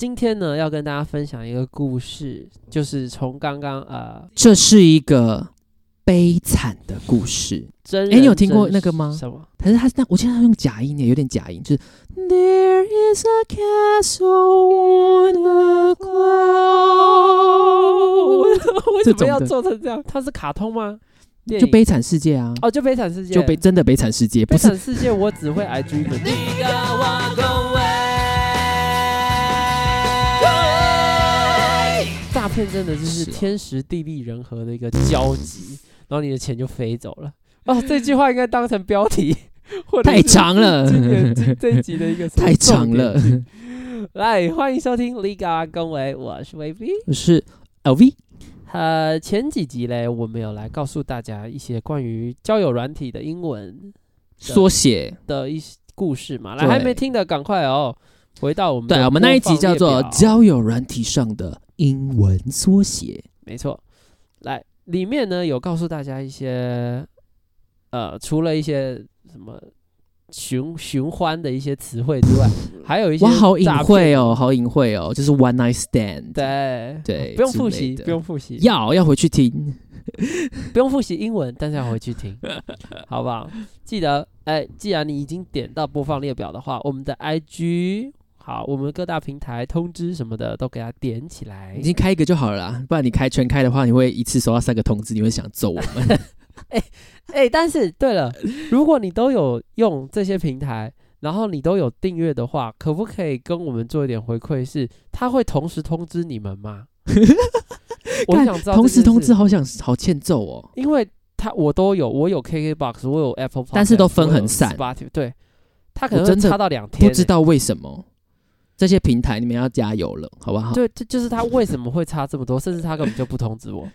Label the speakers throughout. Speaker 1: 今天呢，要跟大家分享一个故事，就是从刚刚呃
Speaker 2: 这是一个悲惨的故事。
Speaker 1: 真人
Speaker 2: 诶你有听
Speaker 1: 真
Speaker 2: 过那个吗
Speaker 1: 什么？
Speaker 2: 可是他那我记得他用假音耶，有点假音，就是 There is a castle on a cloud，
Speaker 1: 为什
Speaker 2: 这
Speaker 1: 么
Speaker 2: 种
Speaker 1: 要
Speaker 2: 的
Speaker 1: 做成这样？它是卡通吗？电
Speaker 2: 就
Speaker 1: 影
Speaker 2: 悲惨世界啊，
Speaker 1: 哦，就悲惨世界，
Speaker 2: 就悲真的悲惨世界，
Speaker 1: 悲
Speaker 2: 不是
Speaker 1: 惨世界，我只会 IG 门。诈骗真的就是
Speaker 2: 是哦
Speaker 1: 天时地利人和的一个交集，然后你的钱就飞走了。哦，这句话应该当成标题，或者
Speaker 2: 太
Speaker 1: 是
Speaker 2: 长 了，
Speaker 1: 今年这这一集的一个
Speaker 2: 太长了。
Speaker 1: 重点。来，欢迎收听《Liga 公维》，我是 VB。
Speaker 2: 我是 LV，
Speaker 1: 呃，前几集嘞，我们有来告诉大家一些关于交友软体的英文
Speaker 2: 缩写。
Speaker 1: 的一些故事嘛。来，
Speaker 2: 对
Speaker 1: 还没听的，赶快哦，回到我们的
Speaker 2: 对，我们那一集叫做
Speaker 1: 播放列
Speaker 2: 《
Speaker 1: 表
Speaker 2: 交友软体上的英文缩写
Speaker 1: 没错。来，里面呢有告诉大家一些，呃，除了一些什么寻寻欢的一些词汇之外，还有一》。些
Speaker 2: 哇，好隐
Speaker 1: 诈骗
Speaker 2: 晦哦，好隐晦哦，就是 one night stand。
Speaker 1: 对。
Speaker 2: 对，
Speaker 1: 不用
Speaker 2: 之
Speaker 1: 复
Speaker 2: 类
Speaker 1: 习，
Speaker 2: 的
Speaker 1: 不用复习，
Speaker 2: 要要回去听。
Speaker 1: 不用复习英文，但是要回去听，好不好？记得，哎，既然你已经点到播放列表的话，我们的 IG 好，我们各大平台通知什么的都给它点起来
Speaker 2: 已。经开一个就好了啦，不然你开全开的话，你会一次收到三个通知，你会想揍我 们。
Speaker 1: 哎，但是对了，如果你都有用这些平台，然后你都有订阅的话，可不可以跟我们做一点回馈是？它会同时通知你们 吗？我很想知道
Speaker 2: 同
Speaker 1: 这
Speaker 2: 时
Speaker 1: 件
Speaker 2: 通
Speaker 1: 事
Speaker 2: 知，，好想好欠揍哦。
Speaker 1: 因为它我都有，我有 KKBox，我有 Apple，
Speaker 2: 但是
Speaker 1: Podcast，
Speaker 2: 都分很
Speaker 1: 我有
Speaker 2: 散
Speaker 1: Spotify，对，它可能
Speaker 2: 我
Speaker 1: 会
Speaker 2: 真的
Speaker 1: 差到两天、
Speaker 2: 不知道为什么这些平台你们要加油了，好不好？
Speaker 1: 对，这就是他为什么会差这么多，甚至他根本就不通知我。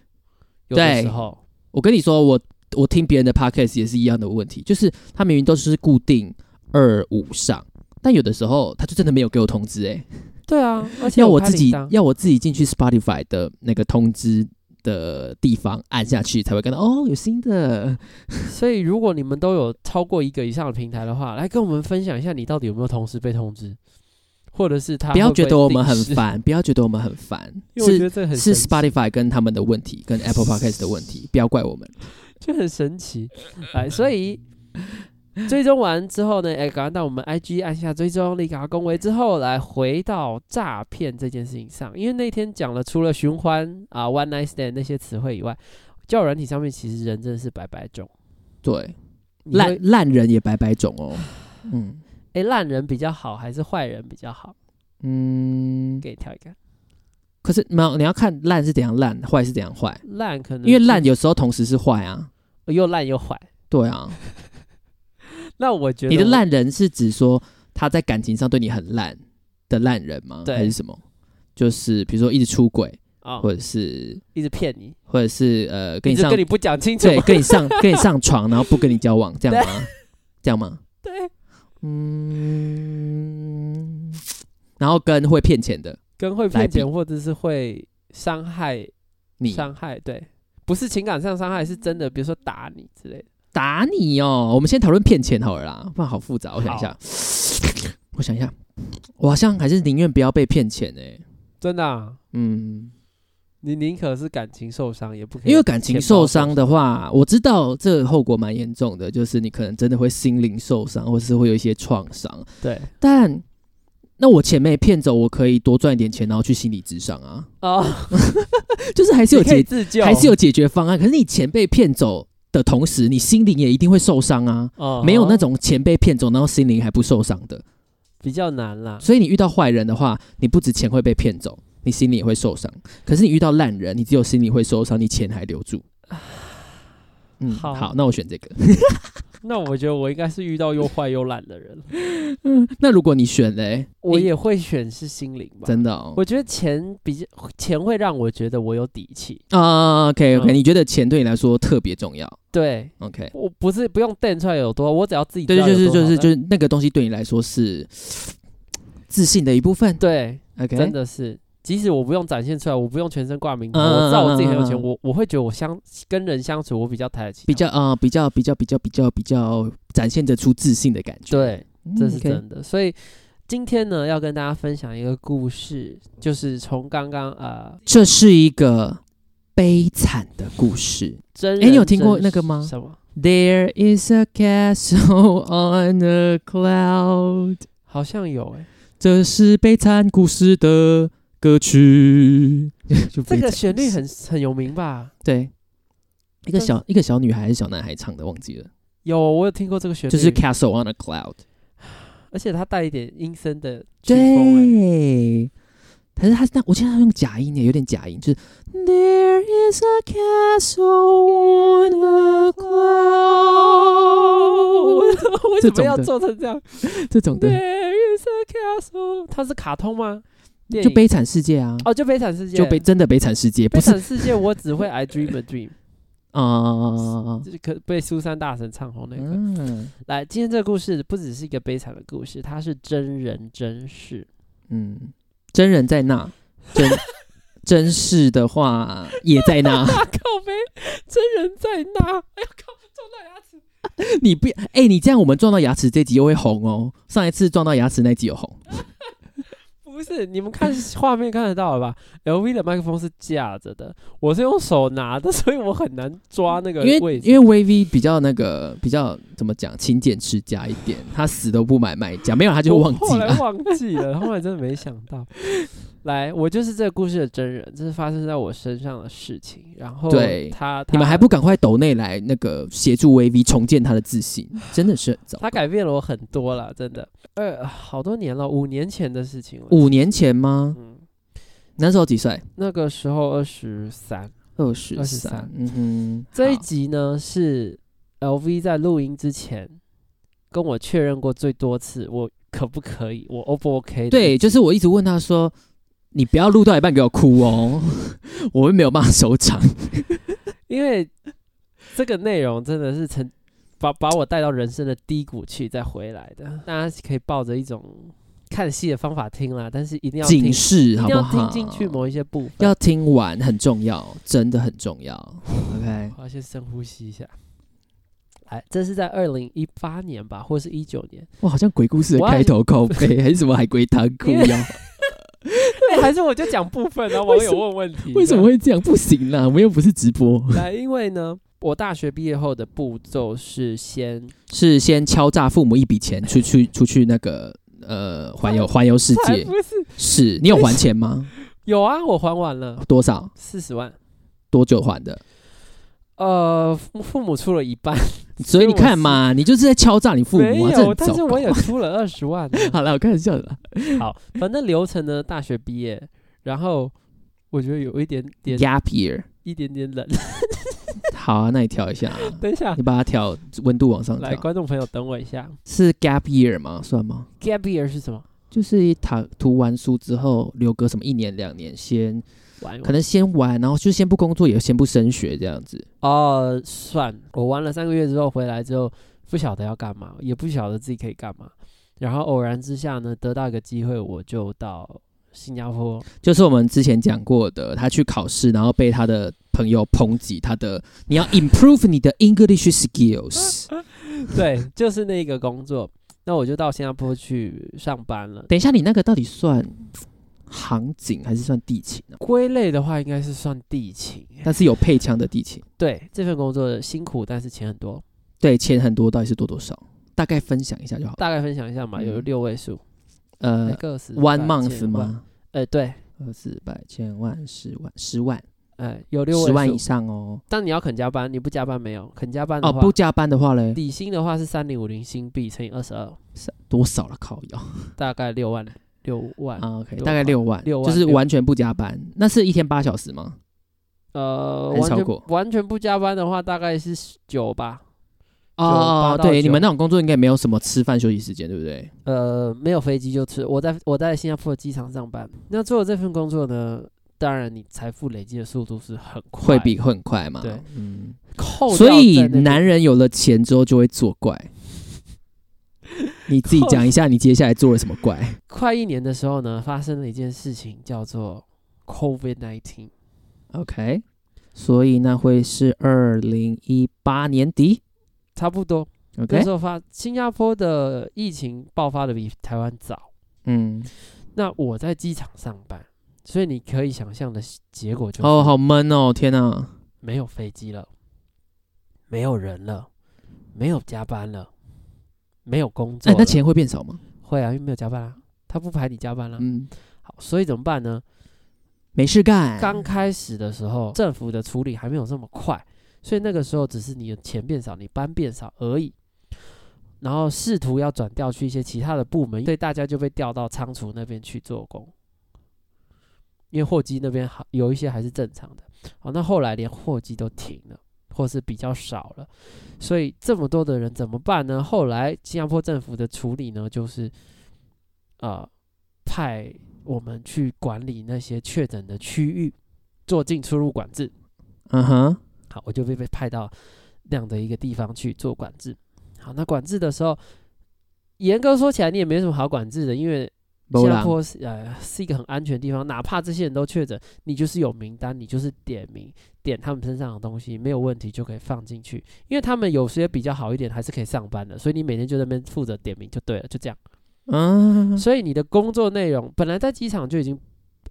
Speaker 1: 有的
Speaker 2: 对
Speaker 1: 时候，
Speaker 2: 我跟你说，我我听别人的 podcast 也是一样的问题，就是他明明都是固定二五上，但有的时候他就真的没有给我通知、欸，哎，
Speaker 1: 对啊，而且
Speaker 2: 要
Speaker 1: 有
Speaker 2: 我
Speaker 1: 开
Speaker 2: 自己
Speaker 1: 铃铛
Speaker 2: 要我自己进去 Spotify 的那个通知的地方按下去，才会看到哦，有新的。
Speaker 1: 所以如果你们都有超过一个以上的平台的话，来跟我们分享一下你到底有没有同时被通知，或者是他
Speaker 2: 不要觉得我们很
Speaker 1: 烦，
Speaker 2: 烦，不 要觉得我们很烦，
Speaker 1: 因为我觉
Speaker 2: 是
Speaker 1: 得这很神
Speaker 2: 是
Speaker 1: 奇啊
Speaker 2: Spotify 跟他们的问题， 跟 Apple Podcast 的问题，不要怪我们。
Speaker 1: 就很神奇。来，所以追踪完之后呢，哎、赶快到我们 IG 按下追踪，立卡恭维之后，来回到诈骗这件事情上，因为那天讲了，除了寻欢啊、one night stand 那些词汇以外，交友软体上面其实人真的是百百种，
Speaker 2: 对，
Speaker 1: 你会
Speaker 2: 烂烂人也百百种哦。嗯
Speaker 1: 哎烂人比较好还是坏人比较好？
Speaker 2: 嗯，
Speaker 1: 给你挑一个，
Speaker 2: 可是没有，你要看烂是怎样烂，坏是怎样坏，
Speaker 1: 烂可能
Speaker 2: 因为
Speaker 1: 是
Speaker 2: 烂有时候同时是坏啊。
Speaker 1: 又烂又坏，
Speaker 2: 对啊，
Speaker 1: 那我觉得
Speaker 2: 你的
Speaker 1: 我
Speaker 2: 烂人是指说他在感情上对你很烂的烂人吗？
Speaker 1: 对
Speaker 2: 还是什么？就是比如说一直出轨，
Speaker 1: 啊、
Speaker 2: 或者是
Speaker 1: 一直骗你，
Speaker 2: 或者是呃跟
Speaker 1: 一
Speaker 2: 你
Speaker 1: 直
Speaker 2: 上
Speaker 1: 跟你不讲清楚，
Speaker 2: 对，跟你上跟你上床，然后不跟你交往，这样 吗？这样吗？
Speaker 1: 对，
Speaker 2: 嗯，然后跟会骗钱的
Speaker 1: 跟会
Speaker 2: 来
Speaker 1: 骗
Speaker 2: 比
Speaker 1: 钱或者是会伤害
Speaker 2: 你
Speaker 1: 伤害，对，不是情感上伤害，是真的，比如说打你之类的。
Speaker 2: 打你哦。我们先讨论骗钱好了啦，不然好复杂。我想一下，我想一下，我好像还是宁愿不要被骗钱哎、
Speaker 1: 真的、啊，
Speaker 2: 嗯，
Speaker 1: 你宁可是感情受伤，也不可以
Speaker 2: 因为感情受伤
Speaker 1: 的
Speaker 2: 的话，我知道这个后果蛮严重的，就是你可能真的会心灵受伤，或是会有一些创伤。
Speaker 1: 对
Speaker 2: 但那我钱没骗走，我可以多赚一点钱，然后去心理咨商啊。
Speaker 1: 哦，
Speaker 2: 就是还是
Speaker 1: 你
Speaker 2: 有
Speaker 1: 可以
Speaker 2: 解，
Speaker 1: 自救，
Speaker 2: 还是有解决方案。可是你钱被骗走的同时，你心灵也一定会受伤啊。
Speaker 1: 哦嗯
Speaker 2: 没有那种钱被骗走，然后心灵还不受伤的。
Speaker 1: 比较难啦。
Speaker 2: 所以你遇到坏人的话，你不止钱会被骗走，你心里也会受伤。可是你遇到烂人，你只有心里会受伤，你钱还留 住。嗯，
Speaker 1: 好
Speaker 2: 好，那我选这个。
Speaker 1: 那我觉得我应该是遇到又坏又懒的人，
Speaker 2: 那如果你选嘞，
Speaker 1: 我
Speaker 2: 你
Speaker 1: 也会选是心灵吧。
Speaker 2: 真的哦。
Speaker 1: 我觉得钱比较钱会让我觉得我有底气，
Speaker 2: 啊，OK OK，
Speaker 1: 嗯
Speaker 2: 你觉得钱对你来说特别重要
Speaker 1: 对
Speaker 2: ？OK，
Speaker 1: 我不是不用瞪出来有多，我只要自己
Speaker 2: 对，
Speaker 1: 知道
Speaker 2: 就是
Speaker 1: 有多
Speaker 2: 就
Speaker 1: 少
Speaker 2: 是
Speaker 1: 但
Speaker 2: 就是那个东西对你来说是自信的一部分。
Speaker 1: 对，
Speaker 2: OK，
Speaker 1: 真的是，即使我不用展现出来，我不用全身挂名牌，
Speaker 2: 嗯
Speaker 1: 我知道我自己很有钱，
Speaker 2: 嗯嗯嗯
Speaker 1: 我我会觉得我相跟人相处，我比较抬得起头，
Speaker 2: 比较啊、呃比较比较比较比较比较展现得出自信的感觉。
Speaker 1: 对，
Speaker 2: 嗯，
Speaker 1: 这是
Speaker 2: OK
Speaker 1: 真的。所以今天呢，要跟大家分享一个故事，就是从刚刚呃
Speaker 2: 这是一个悲惨的故事。
Speaker 1: 真人
Speaker 2: 诶你有听过
Speaker 1: 真
Speaker 2: 那个吗
Speaker 1: 什么？
Speaker 2: There is a castle on a cloud，
Speaker 1: 好像有哎、
Speaker 2: 这是悲惨故事的歌 曲。就
Speaker 1: 这
Speaker 2: 悲
Speaker 1: 个
Speaker 2: 惨
Speaker 1: 旋律
Speaker 2: 故事
Speaker 1: 很很有名吧？
Speaker 2: 对，一个
Speaker 1: 但
Speaker 2: 小一个小女孩还是小男孩唱的，忘记了，
Speaker 1: 有，我有听过这个旋律，
Speaker 2: 就是 Castle on a Cloud。
Speaker 1: 而且它带一点阴森的曲 风哎、，
Speaker 2: 可是他那我记得他用假音耶，有点假音，就是 There is a castle on a cloud，
Speaker 1: 为什么
Speaker 2: 这种
Speaker 1: 要
Speaker 2: 的
Speaker 1: 做成这样？
Speaker 2: 这种的
Speaker 1: There is a castle，它是卡通吗？电
Speaker 2: 就
Speaker 1: 影
Speaker 2: 悲惨世界啊，
Speaker 1: 哦，就悲惨世界，
Speaker 2: 就悲真的悲惨世界，
Speaker 1: 悲
Speaker 2: 不是哦
Speaker 1: 惨世界，我 只会 I dream a dream，
Speaker 2: 啊，
Speaker 1: 就是可被苏珊大神唱红那个。
Speaker 2: 嗯
Speaker 1: 来，今天这个故事不只是一个悲惨的故事，它是真人真 事。
Speaker 2: 嗯，真人在那，真 真事的话也 在那，
Speaker 1: 啊靠呗，真人在那，哎呦靠，撞到牙齿。
Speaker 2: 你不哎、你这样我们撞到牙齿这集又会红哦，上一次撞到牙齿那集有红，
Speaker 1: 不是，你们看画面看得到了吧？LV 的麦克风是架着的，我是用手拿的，所以我很难抓那个
Speaker 2: 因为
Speaker 1: 位置。
Speaker 2: 因为 VV 比较那个比较怎么讲勤俭持家一点，他死都不买卖家，没有他就
Speaker 1: 我
Speaker 2: 忘记
Speaker 1: 后来
Speaker 2: 了。
Speaker 1: 忘记了， 后来真的没想到。来，我就是这个故事的真人，这是发生在我身上的事情。然后
Speaker 2: 对
Speaker 1: 他，他
Speaker 2: 你们还不赶快抖内来那个协助 VV 重建他的自信，真的是很糟糕。
Speaker 1: 他改变了我很多了，真的。呃，好多年了，五年前的事情了。
Speaker 2: 五年前吗？
Speaker 1: 嗯，
Speaker 2: 那时候几岁？
Speaker 1: 那个时候二十三。
Speaker 2: 二十
Speaker 1: 23
Speaker 2: 三。嗯哼，
Speaker 1: 这一
Speaker 2: 好
Speaker 1: 集呢是 LV 在录音之前跟我确认过最多次，我可不可以，我 O 不 OK 的
Speaker 2: 对，
Speaker 1: 一集
Speaker 2: 就是我一直问他说：“你不要录到一半给我哭哦， 我会没有办法收场。
Speaker 1: 因为这个内容真的是曾把把我带到人生的低谷去再回来的，大家可以抱着一种看戏的方法听啦，但是一定”要听，
Speaker 2: 警示
Speaker 1: 一
Speaker 2: 好
Speaker 1: 定
Speaker 2: 不
Speaker 1: 要
Speaker 2: 好？
Speaker 1: 听进去某一些部分。
Speaker 2: 要听完很重要，真的很重要。OK，
Speaker 1: 我要先深呼吸一下。哎，这是在二零一八年吧，或是一九年，
Speaker 2: 哇，好像鬼故事的开头靠背，还是什么海龟汤哭
Speaker 1: 因为
Speaker 2: 腰？
Speaker 1: 哎，还是我就讲部分，然后网
Speaker 2: 为
Speaker 1: 友
Speaker 2: 什么
Speaker 1: 问问题，
Speaker 2: 为什么会这样？不行啦，我们又不是直播，
Speaker 1: 来，因为呢，我大学毕业后的步骤是先
Speaker 2: 是先敲诈父母一笔钱， 出去出去那个呃环 游环游世
Speaker 1: 才
Speaker 2: 界。
Speaker 1: 不是
Speaker 2: 是你有还钱 吗？
Speaker 1: 有啊，我还完了
Speaker 2: 多少？
Speaker 1: 四十万，
Speaker 2: 多久还的？
Speaker 1: 呃，父父母出了一半，
Speaker 2: 所以你看嘛，你就是在敲诈你父
Speaker 1: 没
Speaker 2: 母啊，这
Speaker 1: 有，
Speaker 2: 很
Speaker 1: 但是
Speaker 2: 糟
Speaker 1: 我
Speaker 2: 糕
Speaker 1: 也。出了二十万、啊。
Speaker 2: 好了，我开玩笑 的啦。
Speaker 1: 好，反正流程呢，大学毕业，然后我觉得有一点 点
Speaker 2: Gap year，
Speaker 1: 一点点冷。
Speaker 2: 好啊，那你调一 下啊，
Speaker 1: 等一下
Speaker 2: 你，把它调温度往上
Speaker 1: 来，
Speaker 2: 调，
Speaker 1: 观众朋友，等我一下。
Speaker 2: 是 Gap year 吗？算吗？
Speaker 1: Gap year 是什么？
Speaker 2: 就是他读完书之后留个什么一年两年先，
Speaker 1: 玩一玩
Speaker 2: 可能先玩，然后就先不工作，也先不升学这样子。
Speaker 1: 哦，算，我玩了三个月之后回来之后，不晓得要干嘛，也不晓得自己可以干嘛。然后偶然之下呢，得到一个机会，我就到新加坡。
Speaker 2: 就是我们之前讲过的，他去考试，然后被他的朋友抨击他的，你要 improve 你的 English skills。
Speaker 1: 对，就是那个工作。那我就到新加坡去上班了。
Speaker 2: 等一下，你那个到底算行情还是算地勤呢、
Speaker 1: 归类的话，应该是算地勤。
Speaker 2: 但是有配枪的地勤，
Speaker 1: 对，这份工作辛苦，但是钱很多。
Speaker 2: 对，钱很多，到底是多多少？大概分享一下就好。
Speaker 1: 大概分享一下嘛，有
Speaker 2: 嗯
Speaker 1: 六位数，
Speaker 2: 呃
Speaker 1: 个十
Speaker 2: ，one
Speaker 1: 百
Speaker 2: month
Speaker 1: 千万？
Speaker 2: 吗？
Speaker 1: 呃，对，
Speaker 2: 二四百千万十万十万
Speaker 1: 呃，有六位
Speaker 2: 十万
Speaker 1: 数
Speaker 2: 以。上哦。
Speaker 1: 但你要肯加班，你不加班没有？肯加班的
Speaker 2: 哦，
Speaker 1: 话，
Speaker 2: 不加班的话嘞，
Speaker 1: 底薪的话是三零五零新币乘以二十二，
Speaker 2: 多少了？靠腰
Speaker 1: 大概六万六万、
Speaker 2: 啊，OK，
Speaker 1: 六
Speaker 2: 大概
Speaker 1: 万
Speaker 2: 六万，
Speaker 1: 六万
Speaker 2: 就是
Speaker 1: 六
Speaker 2: 完全不加班，那是一天八小时吗？
Speaker 1: 呃，
Speaker 2: 还是
Speaker 1: 完
Speaker 2: 超
Speaker 1: 全
Speaker 2: 过
Speaker 1: 完全不加班的话，大概是九吧。
Speaker 2: 哦
Speaker 1: 八
Speaker 2: 哦，
Speaker 1: 到
Speaker 2: 对，
Speaker 1: 九
Speaker 2: 你们那种工作应该没有什么吃饭休息时间，对不对？
Speaker 1: 呃，没有飞机就吃。我在我在新加坡的机场上班。那做了这份工作呢，当然你财富累积的速度是很快
Speaker 2: 会
Speaker 1: 的，
Speaker 2: 比很快嘛？
Speaker 1: 对
Speaker 2: 嗯，
Speaker 1: 扣掉
Speaker 2: 所以
Speaker 1: 在那边
Speaker 2: 男人有了钱之后就会作怪。 你自己讲一下，你接下来做了什么怪？
Speaker 1: 快一年的时候呢，发生了一件事情，叫做 COVID nineteen。
Speaker 2: OK，所 以那会是二零一八年底。
Speaker 1: 差不多那
Speaker 2: OK，
Speaker 1: 时候发新加坡的疫情爆发的比台湾早，
Speaker 2: 嗯，
Speaker 1: 那我在机场上班，所以你可以想象的结果就是
Speaker 2: 哦，好闷哦，天哪，
Speaker 1: 没有飞机了，没有人了，没有加班了，没有工作
Speaker 2: 哎
Speaker 1: 了、，
Speaker 2: 那钱会变少吗？
Speaker 1: 会啊，因为没有加班啊，他不排你加班了、啊
Speaker 2: 嗯，
Speaker 1: 好，所以怎么办呢？
Speaker 2: 没事干，
Speaker 1: 刚开始的时候，政府的处理还没有这么快，所以那个时候只是你的钱变少，你班变少而已。然后试图要转调去一些其他的部门，所以大家就被调到仓储那边去做工，因为货机那边好有一些还是正常的。好，那后来连货机都停了，或是比较少了，所以这么多的人怎么办呢？后来新加坡政府的处理呢，就是呃派我们去管理那些确诊的区域，做进出入管制。
Speaker 2: 嗯哼，
Speaker 1: 好，我就被被派到那样的一个地方去做管制。好，那管制的时候，严格说起来，你也没什么好管制的，因为新
Speaker 2: 没
Speaker 1: 加
Speaker 2: 啦
Speaker 1: 坡是呃是一个很安全的地方，哪怕这些人都确诊，你就是有名单，你就是点名点他们身上的东西，没有问题就可以放进去。因为他们有些比较好一点，还是可以上班的，所以你每天就在那边负责点名就对了，就这样。
Speaker 2: 嗯，
Speaker 1: 所以你的工作内容本来在机场就已经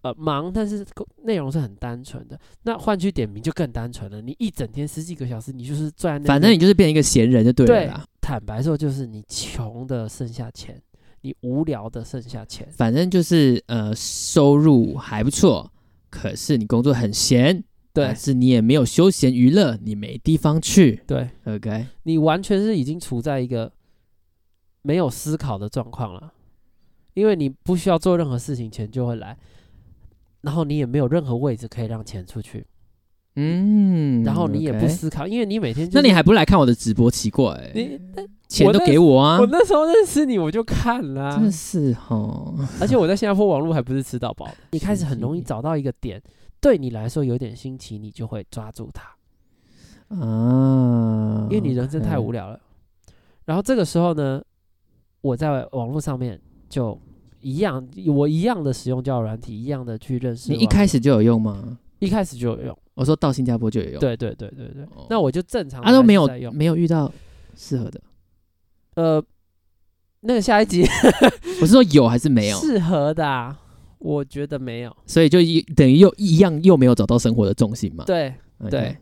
Speaker 1: 呃忙，但是工内容是很单纯的。那换去点名就更单纯了，你一整天十几个小时，你就是坐在那边，
Speaker 2: 反正你就是变一个闲人就对了啦，
Speaker 1: 坦白说，就是你穷的剩下钱，你无聊的剩下钱。
Speaker 2: 反正就是呃收入还不错，可是你工作很闲，
Speaker 1: 对
Speaker 2: 但是你也没有休闲娱乐，你没地方去
Speaker 1: 对，
Speaker 2: ，OK，
Speaker 1: 你完全是已经处在一个没有思考的状况了，因为你不需要做任何事情，钱就会来，然后你也没有任何位置可以让钱出去，
Speaker 2: 嗯，
Speaker 1: 然后你也不
Speaker 2: OK
Speaker 1: 思考，因为你每天就
Speaker 2: 那
Speaker 1: 是、
Speaker 2: 你还不来看我的直播，奇怪、欸，
Speaker 1: 你
Speaker 2: 钱都给我啊
Speaker 1: 我，那时候认识你，我就看啦、
Speaker 2: 真的是哦哈，
Speaker 1: 而且我在新加坡网络还不是吃 到饱的，你开始很容易
Speaker 2: 是
Speaker 1: 找到一个点，对你来说有点新奇，你就会抓住它，
Speaker 2: 啊，
Speaker 1: 因为你人生太无聊了。然后这个时候呢，我在网络上面就一样，我一样的使用交友软体，一样的去认识
Speaker 2: 你
Speaker 1: 网。
Speaker 2: 一开始就有用吗？
Speaker 1: 一开始就有用，
Speaker 2: 我说到新加坡就有用，，
Speaker 1: 对对对对对。
Speaker 2: 哦
Speaker 1: 那我就正常，
Speaker 2: 啊都没有
Speaker 1: 在用，
Speaker 2: 没有遇到适合的，
Speaker 1: 呃，那个下一集
Speaker 2: 我是说有还是没有， 啊
Speaker 1: 适合的、啊，我觉得没有。
Speaker 2: 所以就一等于又一样又没有找到生活的重心嘛，
Speaker 1: 对，
Speaker 2: OK，
Speaker 1: 对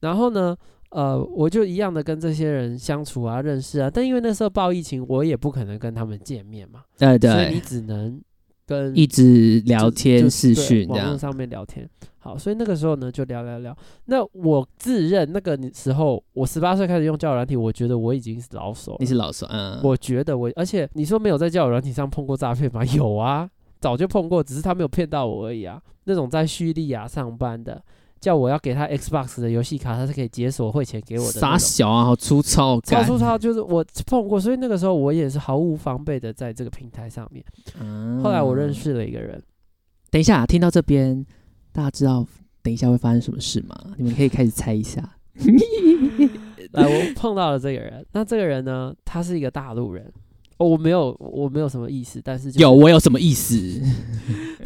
Speaker 1: 然后呢，呃，我就一样的跟这些人相处啊、认识啊，但因为那时候报疫情，我也不可能跟他们见面嘛，
Speaker 2: 哎
Speaker 1: 所以你
Speaker 2: 对，
Speaker 1: 只能跟
Speaker 2: 一直聊
Speaker 1: 就
Speaker 2: 天视
Speaker 1: 对
Speaker 2: 讯这
Speaker 1: 网络
Speaker 2: 样，
Speaker 1: 上面聊天。好，所以那个时候呢，就聊聊聊。那我自认那个时候，我十八岁开始用交友软体，我觉得我已经是老手了
Speaker 2: 你是老手，嗯，
Speaker 1: 我觉得我，而且你说没有在交友软体上碰过诈骗吗？有啊， 早就碰过，只是他没有骗到我而已啊。那种在叙利亚上班的，叫我要给他 Xbox 的游戏卡，他是可以解锁汇钱给我的那
Speaker 2: 傻
Speaker 1: 种。
Speaker 2: 小啊，好粗糙，
Speaker 1: 超
Speaker 2: 干
Speaker 1: 出超就是我碰过，所以那个时候我也是毫无防备的在这个平台上面。
Speaker 2: 嗯
Speaker 1: 后来我认识了一个 人，
Speaker 2: 等一下，听到这边，大家知道等一下会发生什么事吗？你们可以开始猜一下。
Speaker 1: 来我碰到了这个人，那这个人呢，他是一个大陆人。哦，我没有，我没有什么意思，但是就是
Speaker 2: 有我有什么意思？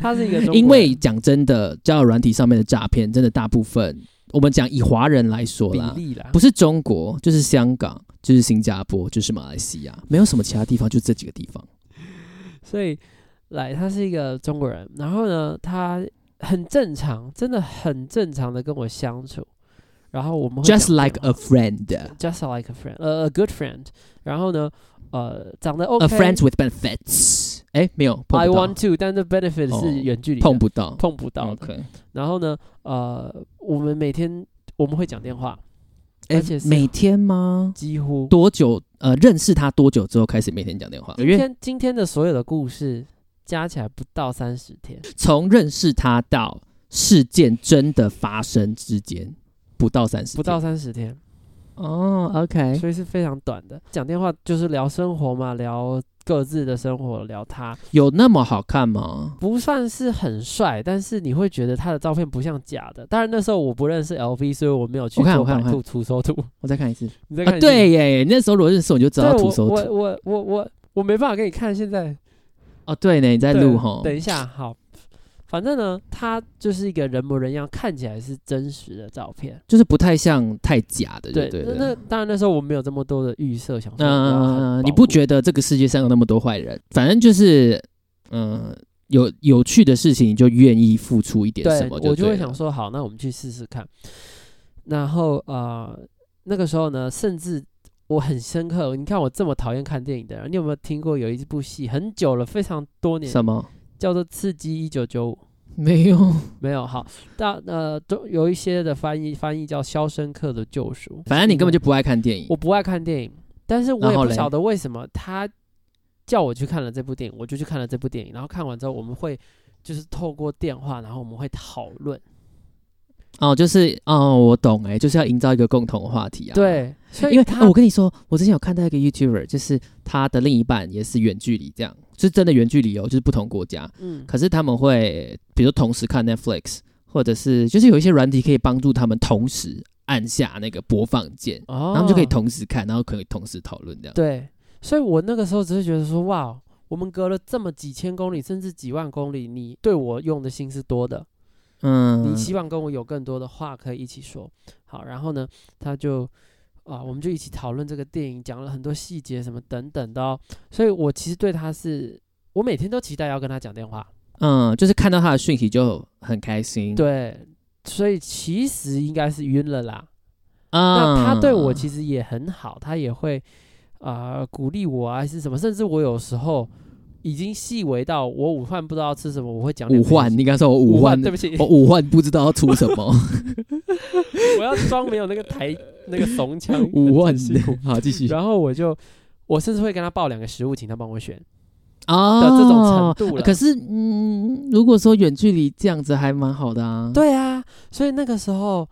Speaker 1: 他是一个中国人，
Speaker 2: 因为讲真的，交友软体上面的诈骗，真的大部分我们讲以华人来说
Speaker 1: 比
Speaker 2: 啦，
Speaker 1: 例啦，
Speaker 2: 不是中国就是香港，就是新加坡，就是马来西亚，没有什么其他地方，就这几个地方。
Speaker 1: 所以来他是一个中国人，然后呢，他很正常，真的很正常的跟我相处，然后我们会
Speaker 2: Just
Speaker 1: 讲电
Speaker 2: like
Speaker 1: 话
Speaker 2: a friend,
Speaker 1: just like a friend，呃、a good friend，然后呢，呃，长得 OK，I、
Speaker 2: a friend with benefits。哎，没有碰
Speaker 1: I
Speaker 2: 不
Speaker 1: want
Speaker 2: 到，
Speaker 1: to，但是 benefit
Speaker 2: 哦
Speaker 1: 是远距离的、
Speaker 2: 碰不到，
Speaker 1: 碰不到的。
Speaker 2: OK。
Speaker 1: 然后呢，呃，我们每天我们会讲电话，
Speaker 2: 哎
Speaker 1: 而且，是
Speaker 2: 每天吗？
Speaker 1: 几乎
Speaker 2: 多久？呃，认识他多久之后开始每天讲电话？因
Speaker 1: 今
Speaker 2: 为
Speaker 1: 天今天的所有的故事加起来不到三十天，
Speaker 2: 从认识他到事件真的发生之间，不到三十，
Speaker 1: 不到三十天。
Speaker 2: 哦，OK，
Speaker 1: 所以是非常短的。讲电话就是聊生活嘛，聊各自的生活，聊他
Speaker 2: 有那么好看吗？
Speaker 1: 不算是很帅，但是你会觉得他的照片不像假的。当然那时候我不认识 LV，所以我没有去
Speaker 2: 我看
Speaker 1: 做
Speaker 2: 我看
Speaker 1: 百
Speaker 2: 我看
Speaker 1: 度图搜图。
Speaker 2: 我再看一次
Speaker 1: 你在
Speaker 2: 啊，
Speaker 1: 看、
Speaker 2: 对耶，那时候如果认识我你就知
Speaker 1: 对，
Speaker 2: 道
Speaker 1: 我
Speaker 2: 徒手
Speaker 1: 我
Speaker 2: 图
Speaker 1: 我我我我没办法给你看现在
Speaker 2: 哦，对呢，你在
Speaker 1: 对
Speaker 2: 录哈，
Speaker 1: 等一下，好，反正呢，他就是一个人模人样，看起来是真实的照片。
Speaker 2: 就是不太像太假的，对对
Speaker 1: 那那
Speaker 2: 了。
Speaker 1: 当然那时候我没有这么多的预设，想说我要很保
Speaker 2: 嗯，你不
Speaker 1: 护
Speaker 2: 觉得这个世界上有那么多坏人？反正就是嗯，有有趣的事情，你就愿意付出一点什
Speaker 1: 对，
Speaker 2: 么
Speaker 1: 我
Speaker 2: 就
Speaker 1: 就
Speaker 2: 对
Speaker 1: 会
Speaker 2: 了
Speaker 1: 想，说，好，那我们去试试看。然后呃，那个时候呢，甚至我很深刻，你看我这么讨厌看电影的人，你有没有听过有一部戏很久了，非常多年，
Speaker 2: 什么
Speaker 1: 叫做《刺激一九九五》？
Speaker 2: 没有，
Speaker 1: 没有好，但呃，都有一些的翻译翻译叫《肖申克的救赎》。
Speaker 2: 反正你根本就不爱看电影
Speaker 1: 我。不爱看电影，但是我
Speaker 2: 然
Speaker 1: 也
Speaker 2: 后
Speaker 1: 不
Speaker 2: 嘞
Speaker 1: 晓得为什么他叫我去看了这部电影，我就去看了这部电影。然后看完之后，我们会就是透过电话，然后我们会讨论。
Speaker 2: 哦，就是哦，我懂哎、就是要营造一个共同话题啊。，
Speaker 1: 对，所以
Speaker 2: 因为、
Speaker 1: 他、
Speaker 2: 哦我跟你说，我之前有看到一个 YouTuber，就是他的另一半也是远距离这样，是真的远距离哦，就是不同国家，
Speaker 1: 嗯，
Speaker 2: 可是他们会比如同时看 Netflix，或者是就是有一些软体可以帮助他们同时按下那个播放键，
Speaker 1: 哦，
Speaker 2: 然后他们就可以同时看，然后可以同时讨论这样。
Speaker 1: 对，所以我那个时候只是觉得说，哇，哦我们隔了这么几千公里，甚至几万公里，你对我用的心是多的，
Speaker 2: 嗯
Speaker 1: 你，希望跟我有更多的话可以一起说。好，然后呢，他就啊，我们就一起讨论这个电影，讲了很多细节什么等等的、哦。所以我其实对他是，我每天都期待要跟他讲电话。
Speaker 2: 嗯，就是看到他的讯息就很开心。，
Speaker 1: 对，所以其实应该是晕了啦。
Speaker 2: 啊、
Speaker 1: 那他对我其实也很好，他也会啊、呃鼓励我啊，还是什么，甚至我有时候已经细微到我午饭不知道吃什么，我会讲两
Speaker 2: 五
Speaker 1: 个星
Speaker 2: 换，
Speaker 1: 期
Speaker 2: 你刚说我五
Speaker 1: 午
Speaker 2: 换
Speaker 1: 饭，，对不起，
Speaker 2: 我五换不知道要出什么。，
Speaker 1: 我要装没有那个台那个怂腔
Speaker 2: 五万
Speaker 1: 很辛苦。
Speaker 2: 好， 继续
Speaker 1: 然后我就我甚至会跟他报两个食物，请他帮我选。
Speaker 2: 啊
Speaker 1: 这种程度了
Speaker 2: 可是，嗯，如果说远距离这样子还蛮好的啊。，
Speaker 1: 对啊，所以那个时候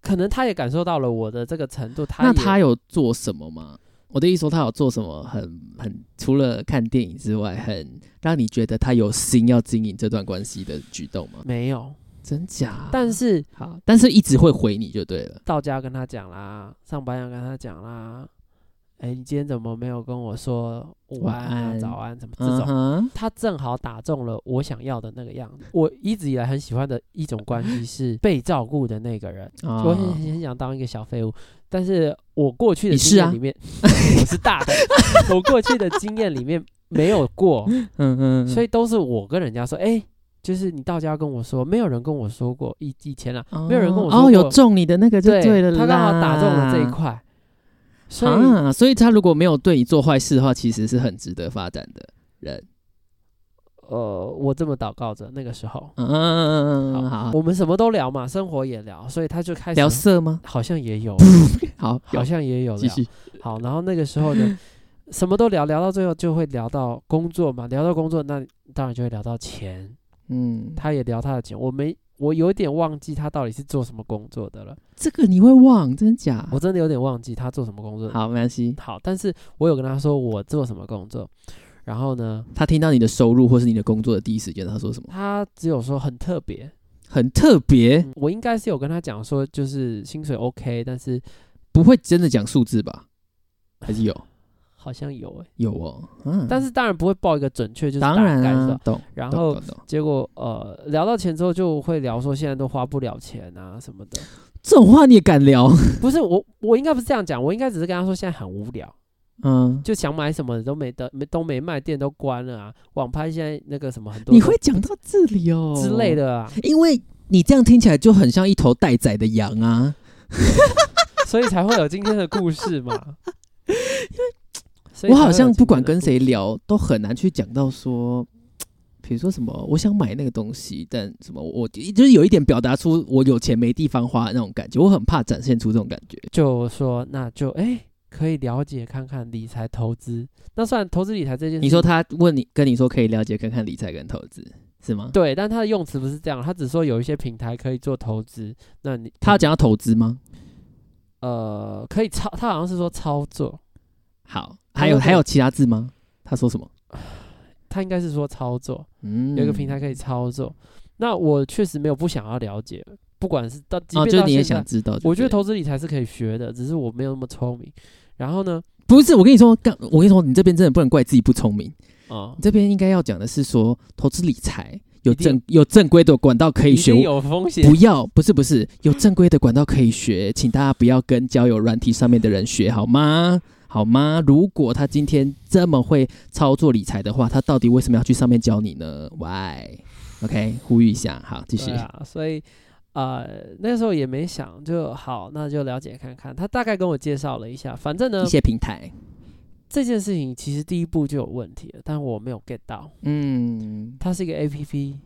Speaker 1: 可能他也感受到了我的这个程度，啊他
Speaker 2: 那
Speaker 1: 也
Speaker 2: 他有做什么吗？我的意思说，他有做什么很很除了看电影之外，很让你觉得他有心要经营这段关系的举动吗？
Speaker 1: 没有，
Speaker 2: 真假？
Speaker 1: 但是
Speaker 2: 好，但是一直会回你就对了。
Speaker 1: 到家跟他讲啦，上班要跟他讲啦。哎、你今天怎么没有跟我说午安
Speaker 2: 晚
Speaker 1: 啊、
Speaker 2: 安
Speaker 1: 早安什么这
Speaker 2: 嗯
Speaker 1: 种？
Speaker 2: 哼，
Speaker 1: 他正好打中了我想要的那个样子。我一直以来很喜欢的一种关系是被照顾的那个人，
Speaker 2: 啊
Speaker 1: 我很很想当一个小废物，但是我过去的
Speaker 2: 你是
Speaker 1: 经
Speaker 2: 啊
Speaker 1: 验里面， 我是大的，我过去的经验里面没有过，
Speaker 2: 嗯嗯，
Speaker 1: 所
Speaker 2: 以
Speaker 1: 以都是我跟人家说，哎、就是你到家跟我说，没有人跟我说过以以前啊，没有人跟我说
Speaker 2: 哦，有
Speaker 1: 过
Speaker 2: 中你的那个就
Speaker 1: 对，
Speaker 2: 了啦，
Speaker 1: 他刚好打中了这一块，所以、
Speaker 2: 啊，所以他如果没有对你做坏事的话，其实是很值得发展的人。
Speaker 1: 呃，我这么祷告着那个时候，
Speaker 2: 嗯，好，
Speaker 1: 我们什么都聊嘛，生活也聊，所以他就开始
Speaker 2: 聊色吗？
Speaker 1: 好像也有，
Speaker 2: 好，
Speaker 1: 好像也有
Speaker 2: 继
Speaker 1: 聊。
Speaker 2: 续。
Speaker 1: 好，然后那个时候 呢，什么都聊，聊到最后就会聊到工作嘛，聊到工作，那当然就会聊到钱，
Speaker 2: 嗯，
Speaker 1: 他也聊他的钱，我没。我有点忘记他到底是做什么工作的了，
Speaker 2: 这个你会忘，真假？
Speaker 1: 我真的有点忘记他做什么工作。
Speaker 2: 好，没关系。
Speaker 1: 好，但是我有跟他说我做什么工作，然后呢，
Speaker 2: 他听到你的收入或是你的工作的第一时间，他说什么？
Speaker 1: 他只有说很特别，
Speaker 2: 很特别，
Speaker 1: 嗯我应该是有跟他讲说，就是薪水 OK，但是
Speaker 2: 不会真的讲数字吧？还是有
Speaker 1: 好像有哎、
Speaker 2: 有哦，嗯，
Speaker 1: 但
Speaker 2: 是
Speaker 1: 是当然不会报一个准确，就是
Speaker 2: 当然
Speaker 1: 大概知
Speaker 2: 啊
Speaker 1: 道，
Speaker 2: 懂。
Speaker 1: 然
Speaker 2: 懂
Speaker 1: 后
Speaker 2: 懂懂
Speaker 1: 结果呃，聊到钱之后就会聊说现在都花不了钱啊什么的。
Speaker 2: 这种话你也敢 聊？
Speaker 1: 不是我，我应该不是这样讲，我应该只是跟他说现在很无聊，
Speaker 2: 嗯，
Speaker 1: 就想买什么都没得，没都没卖，店都关了啊。网拍现在那个什么很多
Speaker 2: 你会讲到这里哦
Speaker 1: 之类，的 啊，
Speaker 2: 因为你这样听起来就很像一头待宰的羊啊。
Speaker 1: 所以才会有今天的故事 嘛。所以
Speaker 2: 我
Speaker 1: 才
Speaker 2: 好
Speaker 1: 会有
Speaker 2: 像
Speaker 1: 今
Speaker 2: 不管
Speaker 1: 天的
Speaker 2: 跟
Speaker 1: 故
Speaker 2: 谁聊，都很难去讲到说，比如说什么我想买那个东西，但什么我就是有一点表达出我有钱没地方花的那种感觉，我很怕展现出这种感觉。
Speaker 1: 就说那就哎、诶可以了解看看理财投资。那虽然投资理财这件事，
Speaker 2: 你说他问你跟你说可以了解看看理财跟投资是吗？
Speaker 1: 对，但他的用词不是这样，他只说有一些平台可以做投资。那你
Speaker 2: 他有讲到投资吗？
Speaker 1: 呃可以操，他好像是说操作，
Speaker 2: 好，
Speaker 1: 他
Speaker 2: 还有
Speaker 1: 说可以
Speaker 2: 还有其他字吗？他说什么？
Speaker 1: 他应该是说操作，
Speaker 2: 嗯，
Speaker 1: 有一个平台可以操作。那我确实没有不想要了解，不管是到即
Speaker 2: 哦，
Speaker 1: 便
Speaker 2: 就是
Speaker 1: 到
Speaker 2: 你也
Speaker 1: 现在，
Speaker 2: 想知道就对了。
Speaker 1: 我觉得投资理财是可以学的，只是我没有那么聪明。然后呢，
Speaker 2: 不是，我跟你说，刚我跟你说，你这边真的不能怪自己不聪明，
Speaker 1: 啊、
Speaker 2: 你这边应该要讲的是说投资理财。有
Speaker 1: 一定
Speaker 2: 正有正规的管道可以
Speaker 1: 一
Speaker 2: 学，
Speaker 1: 定有风险
Speaker 2: 不，要，不是不是，有正规的管道可以学，请大家不要跟交友软体上面的人学好吗？好吗？如果他今天这么会操作理财的话，他到底为什么要去上面教你呢？Why？OK，、呼吁一下，好，继续
Speaker 1: 对。啊，所以呃那时候也没想，就好，那就了解看看。他大概跟我介绍了一下，反正呢
Speaker 2: 一些平台，
Speaker 1: 这件事情其实第一步就有问题了，但我没有 get 到，
Speaker 2: 嗯
Speaker 1: 它是一个 A P P，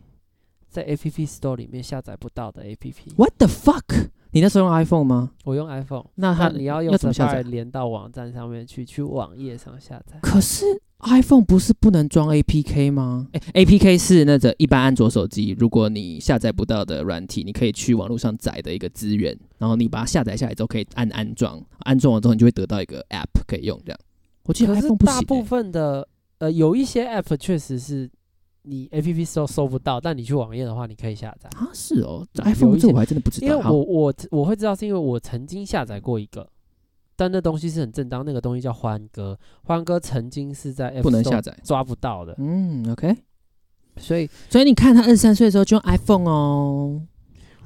Speaker 1: 在 A P P Store 里面下载不到的 A P P。
Speaker 2: ，What the fuck？你那时候用 iPhone 吗？
Speaker 1: 我用 iPhone，
Speaker 2: 啊那他
Speaker 1: 那你要用
Speaker 2: 要怎么下
Speaker 1: Safari
Speaker 2: 载？
Speaker 1: 连到网站上面去，去网页上下载。
Speaker 2: 可是 iPhone 不是不能装 APK 吗？哎、a p k 是那个一般安卓手机，如果你下载不到的软体，你可以去网络上载的一个资源，然后你把它下载下来之后可以按安装，安装完之后你就会得到一个 App 可以用这样。我记得
Speaker 1: 可是
Speaker 2: iPhone 不行、欸
Speaker 1: 大部分的呃有一些 App 确实是你 A P P Store 搜不到，但你去网页的话，你可以下载。
Speaker 2: 啊，是哦这
Speaker 1: 有
Speaker 2: ，iPhone
Speaker 1: 一
Speaker 2: 这
Speaker 1: 些
Speaker 2: 我还真的不知道。
Speaker 1: 因为
Speaker 2: 好
Speaker 1: 我我我会知道，是因为我曾经下载过一个，但那东西是很正当，那个东西叫欢歌，欢歌曾经是在 App
Speaker 2: 不能下
Speaker 1: Store
Speaker 2: 载。
Speaker 1: 抓不到的，
Speaker 2: 嗯，OK。
Speaker 1: 所以
Speaker 2: 所以你看他二十三岁的时候就用 iPhone 哦，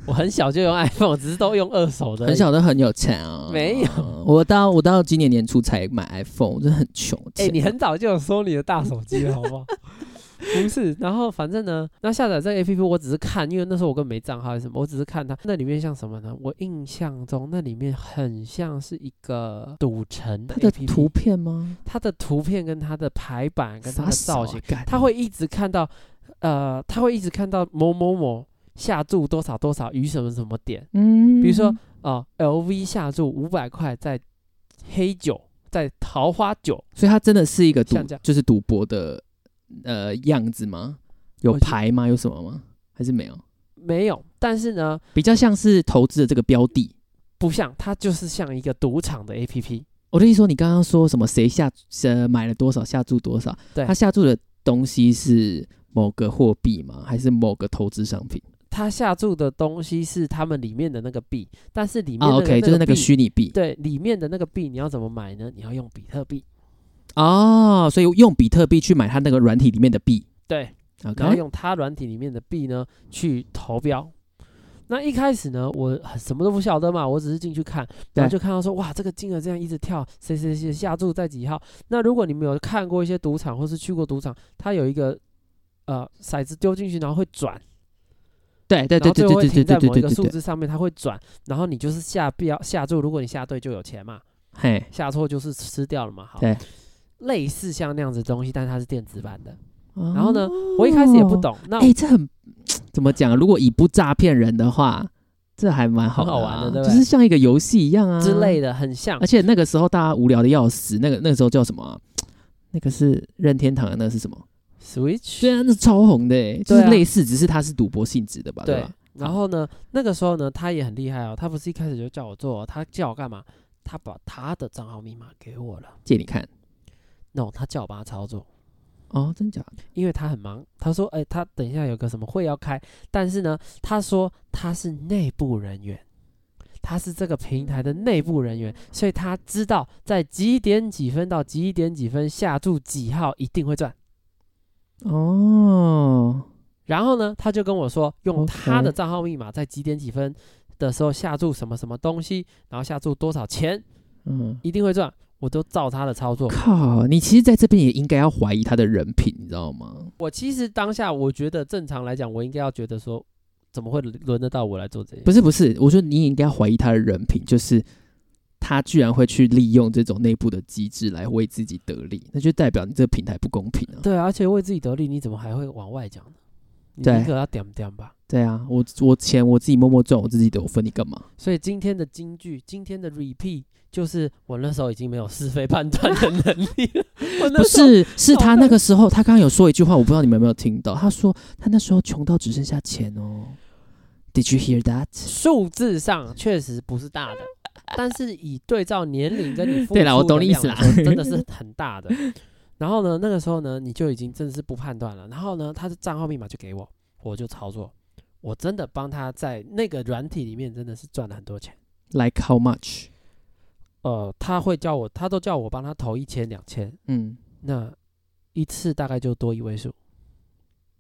Speaker 1: 我很小就用 iPhone，只是都用二手的，
Speaker 2: 很小都很有钱啊。
Speaker 1: 没有，
Speaker 2: 我到我到今年年初才买 iPhone，我真的很穷。
Speaker 1: 哎、
Speaker 2: 天
Speaker 1: 你
Speaker 2: 哪
Speaker 1: 很早就有收你的大手机了，好不好？ 不是，然后反正呢，那下载这个 A P P 我只是看，因为那时候我根本没账号还是什么，我只是看它那里面像什么呢？我印象中那里面很像是一个赌城
Speaker 2: 它的
Speaker 1: APP
Speaker 2: 图，片吗？
Speaker 1: 它的图片跟它的排版跟它的
Speaker 2: 傻
Speaker 1: 造
Speaker 2: 小
Speaker 1: 型
Speaker 2: 啊，，干
Speaker 1: 他会一直看到，呃，他会一直看到某某某下注多少多少于什么什么点
Speaker 2: 嗯
Speaker 1: 比如说啊、l v 下注五百块在黑酒，在桃花酒，
Speaker 2: 所以它真的是一个赌
Speaker 1: 像这，样
Speaker 2: 就是赌博的呃样子吗？有
Speaker 1: 我觉得
Speaker 2: 牌吗？有什么吗？还是没有？
Speaker 1: 没有，但是呢，
Speaker 2: 比较像是投资的这个标的。
Speaker 1: 不像，它就是像一个赌场的 A P P，
Speaker 2: 我的意思说，你刚刚说什么谁下呃买了多少下注多少？
Speaker 1: 对
Speaker 2: 他下注的东西是某个货币吗？还是某个投资商品？
Speaker 1: 它下注的东西是他们里面的那个币，但是里面
Speaker 2: 啊
Speaker 1: 那个、
Speaker 2: ，OK，就是那个
Speaker 1: 币
Speaker 2: 虚拟币
Speaker 1: 对里面的那个币，你要怎么买呢？你要用比特币，
Speaker 2: 哦，所以用比特币去买它那个软体里面的币
Speaker 1: 对，然后
Speaker 2: ，OK，
Speaker 1: 用它软体里面的币呢去投标。那一开始呢，我很什么都不晓得嘛，我只是进去看，然后
Speaker 2: 对
Speaker 1: 就看到说，哇，这个金额这样一直跳，谁谁谁下注在几号。那如果你们有看过一些赌场，或是去过赌场，它有一个呃骰子丢进去，然后会转，
Speaker 2: 对对
Speaker 1: 然
Speaker 2: 对
Speaker 1: 后
Speaker 2: 对
Speaker 1: 最
Speaker 2: 对
Speaker 1: 后会
Speaker 2: 对对
Speaker 1: 停在
Speaker 2: 对
Speaker 1: 某
Speaker 2: 对
Speaker 1: 一个
Speaker 2: 对
Speaker 1: 数
Speaker 2: 对，
Speaker 1: 字上面，它会转，然后你就是下标下注，如果你下对就有钱嘛，
Speaker 2: 嘿，
Speaker 1: 下错就是吃掉了嘛。好
Speaker 2: 对，
Speaker 1: 类似像那样子的东西，但是它是电子版的。
Speaker 2: 然
Speaker 1: 然后呢，我一开始也不懂，那
Speaker 2: 哎、这很怎么讲啊？如果以不诈骗人的话，这还蛮好的、啊，
Speaker 1: 很好玩的对不
Speaker 2: 就
Speaker 1: 对
Speaker 2: 是像一个游戏一样啊
Speaker 1: 之类
Speaker 2: 的。
Speaker 1: 的很像
Speaker 2: 而。且那个时候大家无聊的要死，那个那个时候叫什么啊、那个是任天堂的，那个是什么？
Speaker 1: Switch
Speaker 2: 对啊，那超红的、欸，就是
Speaker 1: 对啊
Speaker 2: 类似，只是它是赌博性质的吧？对
Speaker 1: 对啊
Speaker 2: 吧？，
Speaker 1: 然后呢，那个时候呢，他也很厉害哦，他不是一开始就叫我做哦，他叫我干嘛？他把他的账号密码给我了
Speaker 2: 借你看
Speaker 1: ，no，他叫我帮他操作，
Speaker 2: 哦，真假的？
Speaker 1: 因为他很忙。他说，哎、他等一下有个什么会要开，但是呢，他说他是内部人员，嗯他是这个平台的内部人员，所以他知道在几点几分到几点几分下注几号一定会赚。
Speaker 2: 哦，
Speaker 1: 然后呢，他就跟我说，用
Speaker 2: OK
Speaker 1: 他的账号密码在几点几分的时候下注什么什么东西，然后下注多少钱，
Speaker 2: 嗯，
Speaker 1: 一定会赚。我都照他的操作。
Speaker 2: 靠，你其实在这边也应该要怀疑他的人品，你知道吗？
Speaker 1: 我其实当下我觉得正常来讲，我应该要觉得说，怎么会轮得到我来做这些？
Speaker 2: 不是不是，我说你也应该怀疑他的人品，就是他居然会去利用这种内部的机制来为自己得利，那就代表你这个平台不公平啊。
Speaker 1: 对啊，而且为自己得利，你怎么还会往外讲呢？你
Speaker 2: 对
Speaker 1: 宁可要点点吧。
Speaker 2: 对啊，我我钱我自己默默赚，我自己的，我分你干嘛？
Speaker 1: 所以今天的金句，今天的 repeat，就是我那时候已经没有是非判断的能力 了。我那
Speaker 2: 不
Speaker 1: 时候
Speaker 2: 是，是他那个时候，他刚刚有说一句话，我不知道你们有没有听到，他说他那时候穷到只剩下钱哦。Did you hear that？
Speaker 1: 数字上确实不是大 的，但是以对照年龄跟你付
Speaker 2: 对啦我
Speaker 1: 出的
Speaker 2: 懂你意思啦
Speaker 1: 量来说真的是很大的。然后呢，那个时候呢，你就已经真的是不判断了。然后呢，他的账号密码就给我，我就操作，我真的帮他在那个软体里面真的是赚了很多钱。
Speaker 2: Like how much？
Speaker 1: 呃，他会叫我，他都叫我帮他投一千、两千，
Speaker 2: 嗯，
Speaker 1: 那一次大概就多一位数。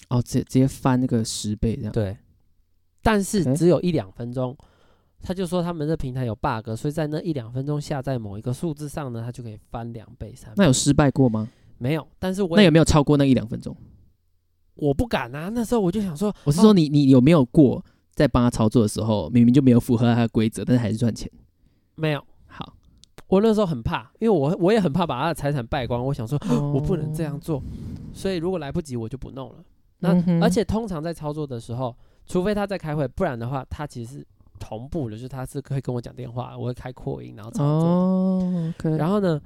Speaker 2: 哦，直直接翻那个十倍这样。
Speaker 1: 对，但是
Speaker 2: OK
Speaker 1: 只有一两分钟，他就说他们这平台有 bug，所以在那一两分钟下载某一个数字上呢，它就可以翻两倍、三倍。
Speaker 2: 那有失败过吗？
Speaker 1: 没有，但是我
Speaker 2: 那
Speaker 1: 也
Speaker 2: 有没有超过那一两分钟？
Speaker 1: 我不敢啊。那时候我就想说，
Speaker 2: 我是
Speaker 1: 哦
Speaker 2: 说你你有没有过在帮他操作的时候，明明就没有符合他的规则，但是还是赚钱？
Speaker 1: 没有，
Speaker 2: 好，
Speaker 1: 我那时候很怕，因为我我也很怕把他的财产败光。我想说， 我不能这样做，所以如果来不及，我就不弄了。那、
Speaker 2: 嗯哼
Speaker 1: 而且通常在操作的时候，除非他在开会，不然的话，他其实是同步的，就是他是可以跟我讲电话，我会开扩音然后操作。
Speaker 2: 哦，OK，
Speaker 1: 然后呢，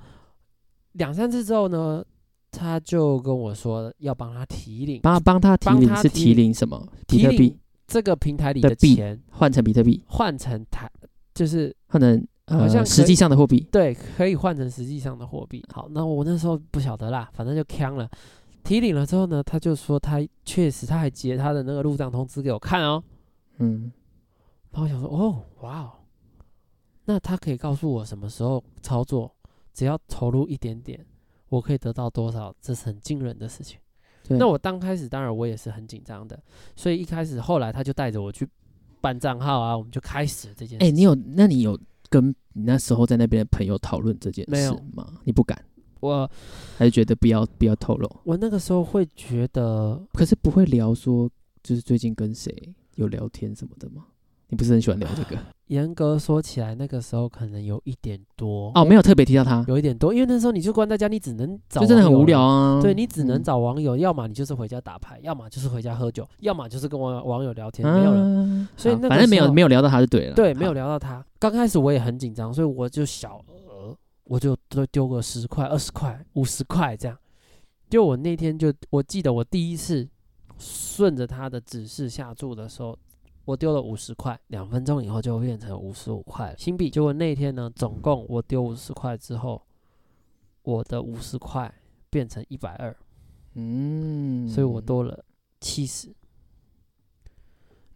Speaker 1: 两三次之后呢，他就跟我说要帮他提领，
Speaker 2: 帮帮他提
Speaker 1: 帮
Speaker 2: 领
Speaker 1: 他
Speaker 2: 是
Speaker 1: 提
Speaker 2: 提
Speaker 1: 领
Speaker 2: 领什么？比
Speaker 1: 提
Speaker 2: 特币
Speaker 1: 领这个平台里
Speaker 2: 的
Speaker 1: 的
Speaker 2: 币
Speaker 1: 钱
Speaker 2: 换成比特币，
Speaker 1: 换成台，就是
Speaker 2: 换成
Speaker 1: 好像
Speaker 2: 呃
Speaker 1: 可以
Speaker 2: 实际上的货币。
Speaker 1: 对，可以换成实际上的货币。好，那我那时候不晓得啦，反正就呛了。提领了之后呢，他就说他确实他还截他的那个入账通知给我看哦。
Speaker 2: 嗯，
Speaker 1: 然后我想说，哦，哇哦，那他可以告诉我什么时候操作，只要投入一点点，我可以得到多少，这是很惊人的事情。
Speaker 2: 对。
Speaker 1: 那我当开始当然我也是很紧张的，所以一开始后来他就带着我去办账号啊，我们就开始了这件事。
Speaker 2: 哎、你有？那你有跟你那时候在那边的朋友讨论这件
Speaker 1: 没
Speaker 2: 事
Speaker 1: 有
Speaker 2: 吗？你不敢，
Speaker 1: 我
Speaker 2: 还是觉得不要不要透露？
Speaker 1: 我那个时候会觉得
Speaker 2: 可是不会聊说，就是最近跟谁有聊天什么的吗？你不是很喜欢聊这个
Speaker 1: 啊严格说起来，那个时候可能有一点多，
Speaker 2: 哦？没有特别提到他，
Speaker 1: 有一点多，因为那时候你就关在家，你只能找
Speaker 2: 就真的很
Speaker 1: 网友
Speaker 2: 无聊
Speaker 1: 了。
Speaker 2: 啊。
Speaker 1: 对你只能
Speaker 2: 嗯
Speaker 1: 找网友，要么你就是回家打牌，要么就是回家喝酒，要么就是跟网网友聊天，没有了。
Speaker 2: 啊
Speaker 1: 所以
Speaker 2: 好
Speaker 1: 那个
Speaker 2: 反正没
Speaker 1: 时
Speaker 2: 有
Speaker 1: 候
Speaker 2: 没有聊到他就对了。
Speaker 1: 对，没有
Speaker 2: 好。
Speaker 1: 聊到他。刚开始我也很紧张，所以我就小额，我就丢丢个十块、二十块、五十块这样。就我那天就我记得我第一次顺着他的指示下注的时候，我丢了五十块，两分钟以后就变成五十五块了新币。结果那天呢，总共我丢五十块之后，我的五十块变成一百二，
Speaker 2: 嗯，
Speaker 1: 所以我多了七十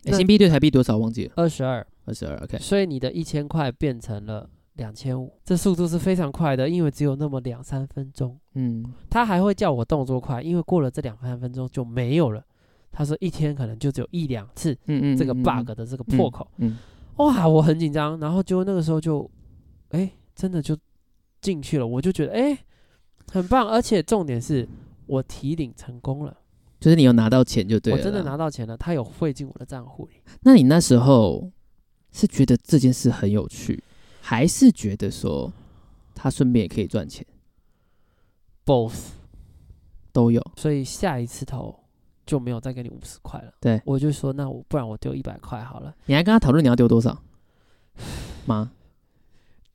Speaker 2: 欸
Speaker 1: 那
Speaker 2: 新币对台币多少忘记了？
Speaker 1: 二十二。
Speaker 2: 二十二，OK。
Speaker 1: 所以你的一千块变成了两千五，这速度是非常快的，因为只有那么两三分钟。
Speaker 2: 嗯，
Speaker 1: 他还会叫我动作快，因为过了这两三分钟就没有了。他说一天可能就只有一两次
Speaker 2: 嗯嗯，
Speaker 1: 这个
Speaker 2: 嗯
Speaker 1: bug 的这个破口，
Speaker 2: 嗯
Speaker 1: 哇，我很紧张。然后就那个时候就，哎，真的就进去了，我就觉得哎，很棒。而且重点是我提领成功了，
Speaker 2: 就是你有拿到钱就对啊
Speaker 1: 我
Speaker 2: 了。
Speaker 1: 真的。拿到钱了，他有汇进我的账户里。
Speaker 2: 那你那时候是觉得这件事很有趣，还是觉得说他顺便也可以赚钱？
Speaker 1: Both，
Speaker 2: 都有。
Speaker 1: 所以下一次投就没有再给你五十块了。
Speaker 2: 对
Speaker 1: 我就说那我不然我丢一百块好了。
Speaker 2: 你还跟他讨论你要丢 多少吗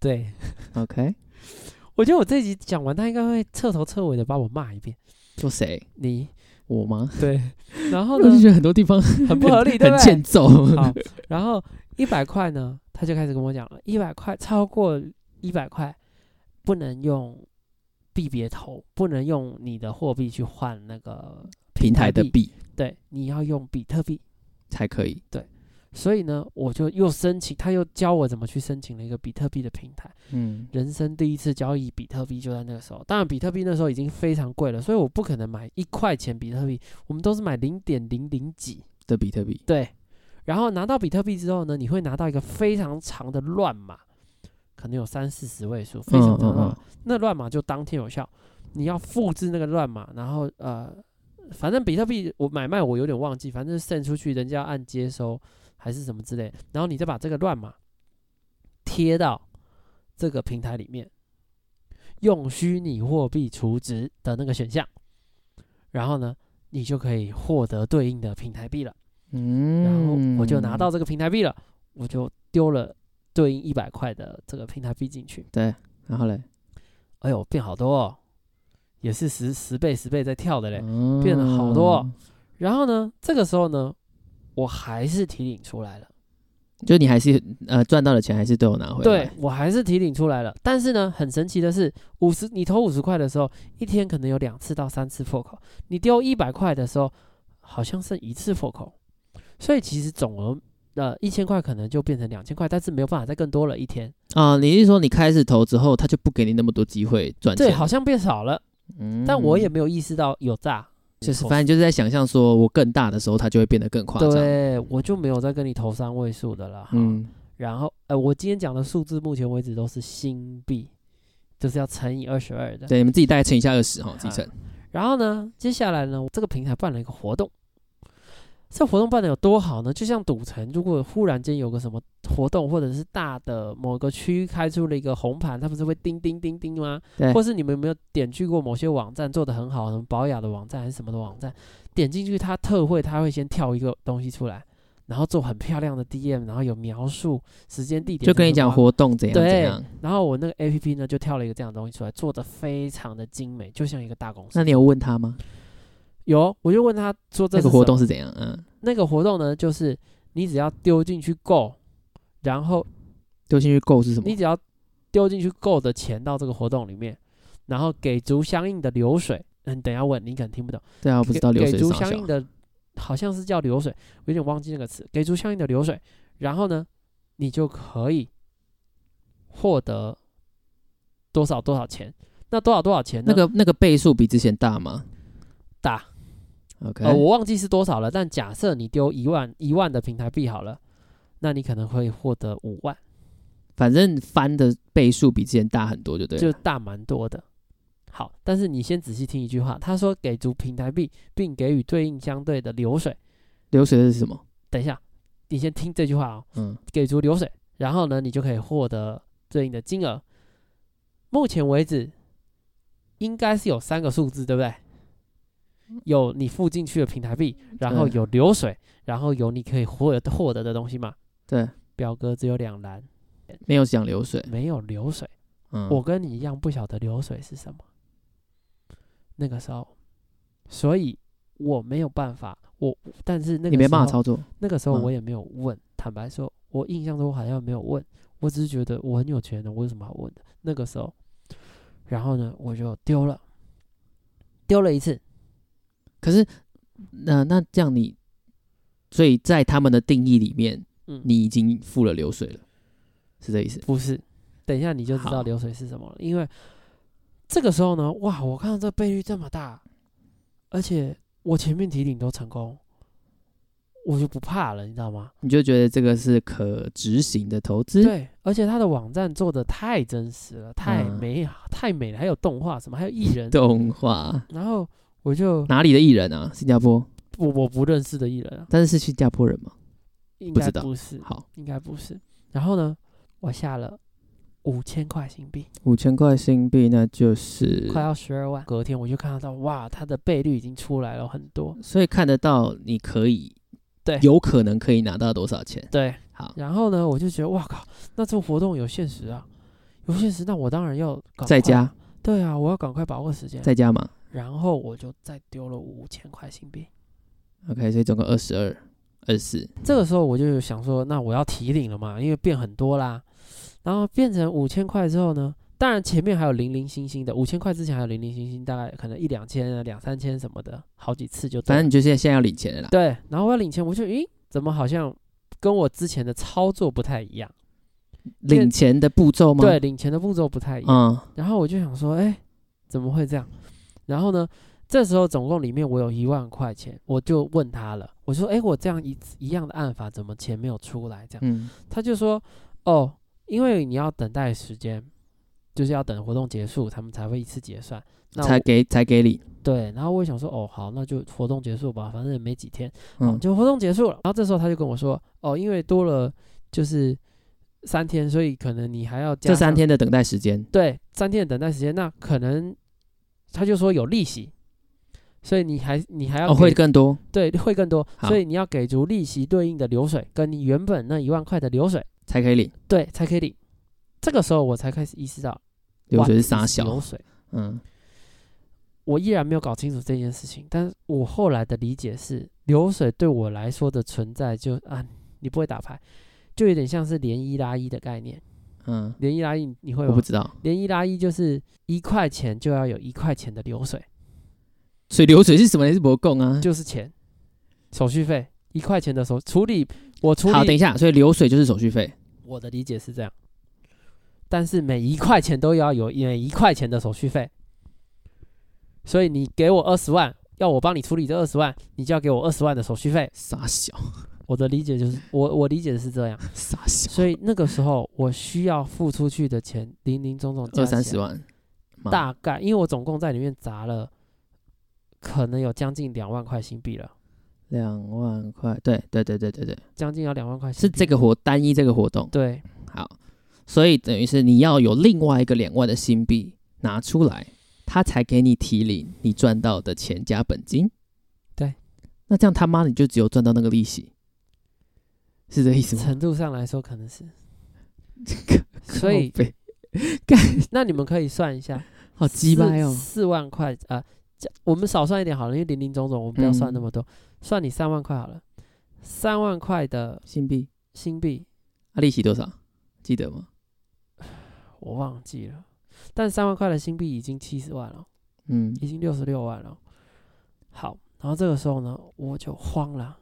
Speaker 1: 对，
Speaker 2: ？OK，
Speaker 1: 我觉得我这集讲完，他应该会彻头彻尾的把我骂一遍。
Speaker 2: 说谁？
Speaker 1: 你
Speaker 2: 我吗？
Speaker 1: 对， 然后
Speaker 2: 我
Speaker 1: 呢
Speaker 2: 就觉得很多地方
Speaker 1: 很不合理，对
Speaker 2: 很
Speaker 1: 不对
Speaker 2: 欠？揍。
Speaker 1: 好，然后一百块呢，他就开始跟我讲了，一百块超过一百块不能用币别投，不能用你的货币去换那个
Speaker 2: 平台的
Speaker 1: 币，
Speaker 2: 币
Speaker 1: 对，你要用比特币。
Speaker 2: 才可以。
Speaker 1: 所以呢，我就又申请，他又教我怎么去申请了一个比特币的平台。
Speaker 2: 嗯，
Speaker 1: 人生第一次交易比特币就在那个时候，当然比特币那时候已经非常贵了，所以我不可能买一块钱比特币，我们都是买零点零零几，
Speaker 2: 的比特币。
Speaker 1: 对。然后拿到比特币之后呢，你会拿到一个非常长的乱码，可能有三四十位数，非
Speaker 2: 嗯
Speaker 1: 常长的乱码。那乱码就当天有效，你要复制那个乱码，然后呃，反正比特币我买卖我有点忘记，反正是 send 出去，人家要按接收还是什么之类，然后你再把这个乱码贴到这个平台里面，用虚拟货币储值的那个选项，然后呢，你就可以获得对应的平台币了。
Speaker 2: 嗯，
Speaker 1: 然后我就拿到这个平台币了，我就丢了对应一百块的这个平台币进去。
Speaker 2: 对，然后嘞，
Speaker 1: 哎呦，变好多哦，也是十十倍十倍在跳的嘞。
Speaker 2: 嗯
Speaker 1: 变得好多哦然后呢，这个时候呢，我还是提领出来了，
Speaker 2: 就你还是呃赚到的钱还是都有拿回来。
Speaker 1: 对，我还是提领出来了。但是呢，很神奇的是，五十你投五十块的时候，一天可能有两次到三次破口；你丢一百块的时候，好像剩一次破口。所以其实总额呃一千块可能就变成两千块，但是没有办法再更多了一天，
Speaker 2: 啊、你是说你开始投之后，他就不给你那么多机会赚钱？
Speaker 1: 对，好像变少了。
Speaker 2: 嗯
Speaker 1: 但我也没有意识到有诈，
Speaker 2: 就是反正就是在想象说，我更大的时候，它就会变得更夸张。
Speaker 1: 对，我就没有再跟你投三位数的了。嗯，
Speaker 2: 嗯，
Speaker 1: 然后呃，我今天讲的数字目前为止都是新币，就是要乘以二十二的。
Speaker 2: 对，你们自己大概乘一下二十哈，自己
Speaker 1: 啊
Speaker 2: 乘。
Speaker 1: 然后呢，接下来呢，这个平台办了一个活动。这活动办的有多好呢？就像赌城，如果忽然间有个什么活动，或者是大的某个区开出了一个红盘，它不是会叮叮叮叮吗？
Speaker 2: 对
Speaker 1: 或是你们有没有点去过某些网站做的很好，什么保雅的网站还是什么的网站，点进去它特惠，它会先跳一个东西出来，然后做很漂亮的 DM，然后有描述时间地点，
Speaker 2: 就跟你讲
Speaker 1: 活。
Speaker 2: 活动怎样怎
Speaker 1: 对
Speaker 2: 样。，
Speaker 1: 然后我那个 A P P 呢，就跳了一个这样的东西出来，做的非常的精美，就像一个大公司。
Speaker 2: 那你有问他吗？
Speaker 1: 有，我就问他说这
Speaker 2: 嗯那
Speaker 1: 是
Speaker 2: 个活
Speaker 1: 什
Speaker 2: 动
Speaker 1: 么
Speaker 2: 是怎样？嗯，
Speaker 1: 那个活动呢，就是你只要丢进去够，然后
Speaker 2: 丢进去购是什么
Speaker 1: 你？只要丢进去够的钱到这个活动里面，然后给足相应的流水。嗯，等一下问你可能听不懂，
Speaker 2: 对啊，我不知道流
Speaker 1: 给
Speaker 2: 水
Speaker 1: 足
Speaker 2: 上
Speaker 1: 相应
Speaker 2: 小。
Speaker 1: 的，好像是叫流水，我有点忘记那个词，给足相应的流水，然后呢，你就可以获得多少多少钱。那多少多少钱呢？
Speaker 2: 那个那个倍数比之前大吗
Speaker 1: 大，
Speaker 2: ？OK，
Speaker 1: 呃，我忘记是多少了，但假设你丢一万一万的平台币好了，那你可能会获得五万，
Speaker 2: 反正翻的倍数比之前大很多，就对了。
Speaker 1: 就大蛮多的。好，但是你先仔细听一句话，他说给足平台币，并给予对应相对的流水。
Speaker 2: 流水是什么？
Speaker 1: 等一下，你先听这句话哦，
Speaker 2: 嗯，
Speaker 1: 给足流水，然后呢，你就可以获得对应的金额。目前为止，应该是有三个数字，对不对？有你付进去的平台币，然后
Speaker 2: 对
Speaker 1: 有流水，然后有你可以获得获得的东西嘛。
Speaker 2: 对，
Speaker 1: 表格只有两栏，
Speaker 2: 没有讲流水。
Speaker 1: 没有流水。
Speaker 2: 嗯，
Speaker 1: 我跟你一样不晓得流水是什么。那个时候，所以我没有办法，我但是那个
Speaker 2: 你没办法
Speaker 1: 时候
Speaker 2: 操作。
Speaker 1: 那个时候
Speaker 2: 嗯
Speaker 1: 我也没有问，坦白说，我印象中我好像没有问，我只是觉得我很有钱的，我有什么好问的？那个时候，然后呢，我就丢了，丢了一次，
Speaker 2: 可是，那、那这样你，所以在他们的定义里面，
Speaker 1: 嗯
Speaker 2: 你已经付了流水了，是这意思？
Speaker 1: 不是，等一下你就知
Speaker 2: 好
Speaker 1: 道流水是什么了，因为这个时候呢，哇，我看到这倍率这么大，而且我前面提领都成功，我就不怕了，你知道吗？
Speaker 2: 你就觉得这个是可执行的投资？，
Speaker 1: 对，而且他的网站做的太真实了，太
Speaker 2: 嗯嗯
Speaker 1: 美好、太美了，还有动画什么，还有艺人，
Speaker 2: 动画
Speaker 1: 然后我就
Speaker 2: 哪里的艺人啊？新加坡，
Speaker 1: 我我不认识的艺人啊，
Speaker 2: 但是是新加坡人吗？
Speaker 1: 应
Speaker 2: 不
Speaker 1: 该
Speaker 2: 知道
Speaker 1: 不是，
Speaker 2: 好，
Speaker 1: 应该不是。然后呢，我下了五千块新币，
Speaker 2: 五千块新币，那就是
Speaker 1: 快要十二万。隔天我就看得到，哇，它的倍率已经出来了很多。
Speaker 2: 所以看得到你可以，
Speaker 1: 对
Speaker 2: 有可能可以拿到多少钱？
Speaker 1: 对，
Speaker 2: 好，
Speaker 1: 然后呢，我就觉得哇靠，那这个活动有限时啊，有限时，那我当然要赶
Speaker 2: 在
Speaker 1: 快
Speaker 2: 家。
Speaker 1: 对啊，我要赶快把握时间。
Speaker 2: 在家嘛
Speaker 1: 然后我就再丢了五千块新币。
Speaker 2: ，OK，所以总共二十二、二四，
Speaker 1: 这个时候我就想说，那我要提领了嘛，因为变很多啦。然后变成五千块之后呢，当然前面还有零零星星的，五千块之前还有零零星星，大概可能一两千啊、两三千什么的，好几次就对
Speaker 2: 反
Speaker 1: 了
Speaker 2: 正你就现在现在要领钱了啦。
Speaker 1: 对。然后我要领钱，我就咦，怎么好像跟我之前的操作不太一样？
Speaker 2: 领钱的步骤吗？
Speaker 1: 对，，领钱的步骤不太一样。
Speaker 2: 嗯，
Speaker 1: 然后我就想说，哎，怎么会这样？然后呢，这时候总共里面我有一万块钱，我就问他了，我说，哎，我这样一一样的按法，怎么钱没有出来？这样。
Speaker 2: 嗯，
Speaker 1: 他就说：“哦，因为你要等待时间，就是要等活动结束，他们才会一次结算。那
Speaker 2: 才
Speaker 1: 我
Speaker 2: 给才给你，
Speaker 1: 对，然后我也想说，哦，好，那就活动结束吧，反正也没几天，
Speaker 2: 嗯，
Speaker 1: 就活动结束了。然后这时候他就跟我说，哦，因为多了就是三天，所以可能你还要加
Speaker 2: 这三
Speaker 1: 上
Speaker 2: 天的等待时间，
Speaker 1: 对三天的等待时间，那可能他就说有利息，所以你还你还要
Speaker 2: 哦，会
Speaker 1: 给
Speaker 2: 更多，
Speaker 1: 对会更多，
Speaker 2: 好
Speaker 1: 所以你要给足利息对应的流水，跟你原本那一万块的流水。”
Speaker 2: 才可以领，
Speaker 1: 对，才可以领。这个时候我才开始意识到，
Speaker 2: 流
Speaker 1: 哇
Speaker 2: 水是
Speaker 1: 这
Speaker 2: 傻
Speaker 1: 流
Speaker 2: 小，
Speaker 1: 水。
Speaker 2: 嗯，
Speaker 1: 我依然没有搞清楚这件事情，但是我后来的理解是，流水对我来说的存在就啊，你不会打牌，就有点像是连一拉一的概念。
Speaker 2: 嗯，
Speaker 1: 连一拉一，你会
Speaker 2: 我
Speaker 1: 吗
Speaker 2: 不？知道，
Speaker 1: 连一拉一就是一块钱就要有一块钱的流水，
Speaker 2: 所以流水是什么？你是不供啊？
Speaker 1: 就是钱，手续费一块钱的手处理，我处
Speaker 2: 好，等
Speaker 1: 理。
Speaker 2: 一下，所以流水就是手续费，
Speaker 1: 我的理解是这样，但是每一块钱都要有每一块钱的手续费，所以你给我二十万，要我帮你处理这二十万，你就要给我二十万的手续费。
Speaker 2: 傻小，
Speaker 1: 我的理解就是，我我理解的是这样，
Speaker 2: 傻笑，
Speaker 1: 所以那个时候我需要付出去的钱，零零总总加
Speaker 2: 二
Speaker 1: 起来
Speaker 2: 三十万吗，
Speaker 1: 大概，因为我总共在里面砸了，可能有将近两万块新币了，
Speaker 2: 两万块，对对对对对对，
Speaker 1: 将近要两万块新
Speaker 2: 是
Speaker 1: 币
Speaker 2: 这个活单一这个活动，
Speaker 1: 对
Speaker 2: 好，所以等于是你要有另外一个两万的新币拿出来，他才给你提领你赚到的钱加本金。
Speaker 1: 对，
Speaker 2: 那这样他妈你就只有赚到那个利息，是这意思吗？
Speaker 1: 程度上来说可能 是，所以
Speaker 2: 靠北
Speaker 1: 那你们可以算一下，
Speaker 2: 好鸡掰哦，
Speaker 1: 四万块啊、呃加我们少算一点好了，因为零零总总我们不要算那么多，
Speaker 2: 嗯
Speaker 1: 算你三万块好了，三万块的
Speaker 2: 新币，
Speaker 1: 新币
Speaker 2: 啊利息多少？记得吗？
Speaker 1: 我忘记了，但三万块的新币已经七十万了，
Speaker 2: 嗯，
Speaker 1: 已经六十六万了。好，然后这个时候呢，我就慌了，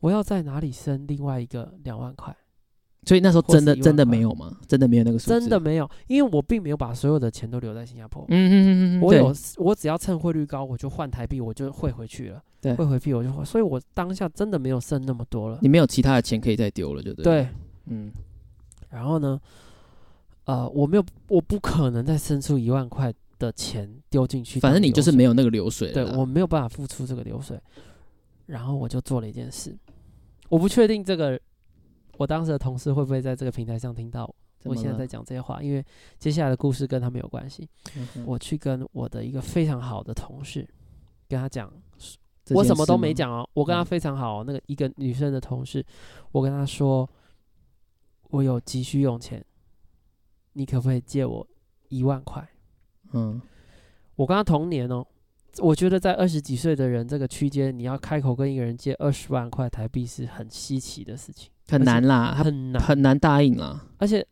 Speaker 1: 我要在哪里生另外一个两万块？
Speaker 2: 所以那时候真的
Speaker 1: 或是一万
Speaker 2: 真的
Speaker 1: 块
Speaker 2: 没有吗？真的没有那个数字？
Speaker 1: 真的，没有，因为我并没有把所有的钱都留在新加坡。
Speaker 2: 嗯嗯嗯嗯，
Speaker 1: 我
Speaker 2: 对
Speaker 1: 有，我只要趁汇率高，我就换台币，我就汇回去了。
Speaker 2: 对
Speaker 1: 汇回币我就换，所以我当下真的没有剩那么多了。
Speaker 2: 你没有其他的钱可以再丢了，就对。
Speaker 1: 对，，
Speaker 2: 嗯，
Speaker 1: 然后呢，呃，我没有，我不可能再生出一万块的钱丢进去当
Speaker 2: 反
Speaker 1: 流水，
Speaker 2: 正你就是没有那啊个流水了
Speaker 1: 对
Speaker 2: 啦。
Speaker 1: 我没有办法付出这个流水。然后我就做了一件事，我不确定这个我当时的同事会不会在这个平台上听到
Speaker 2: 怎
Speaker 1: 我
Speaker 2: 么
Speaker 1: 现在
Speaker 2: 了
Speaker 1: 在，讲这些话，因为接下来的故事跟他们有关系。
Speaker 2: 嗯哼
Speaker 1: 我去跟我的一个非常好的同事，跟他讲，
Speaker 2: 这
Speaker 1: 我
Speaker 2: 件
Speaker 1: 什么
Speaker 2: 事
Speaker 1: 都没
Speaker 2: 吗，
Speaker 1: 讲哦，我跟他
Speaker 2: 嗯
Speaker 1: 非常好哦、那个一个女生的同事，我跟他说，我有急需用钱，你可不可以借我一万块？
Speaker 2: 嗯，
Speaker 1: 我跟他同年哦，我觉得在二十几岁的人这个区间，你要开口跟一个人借二十万块台币是很稀奇的事情，
Speaker 2: 很
Speaker 1: 而且
Speaker 2: 难啦，他
Speaker 1: 很难，
Speaker 2: 很难答应啦，
Speaker 1: 而且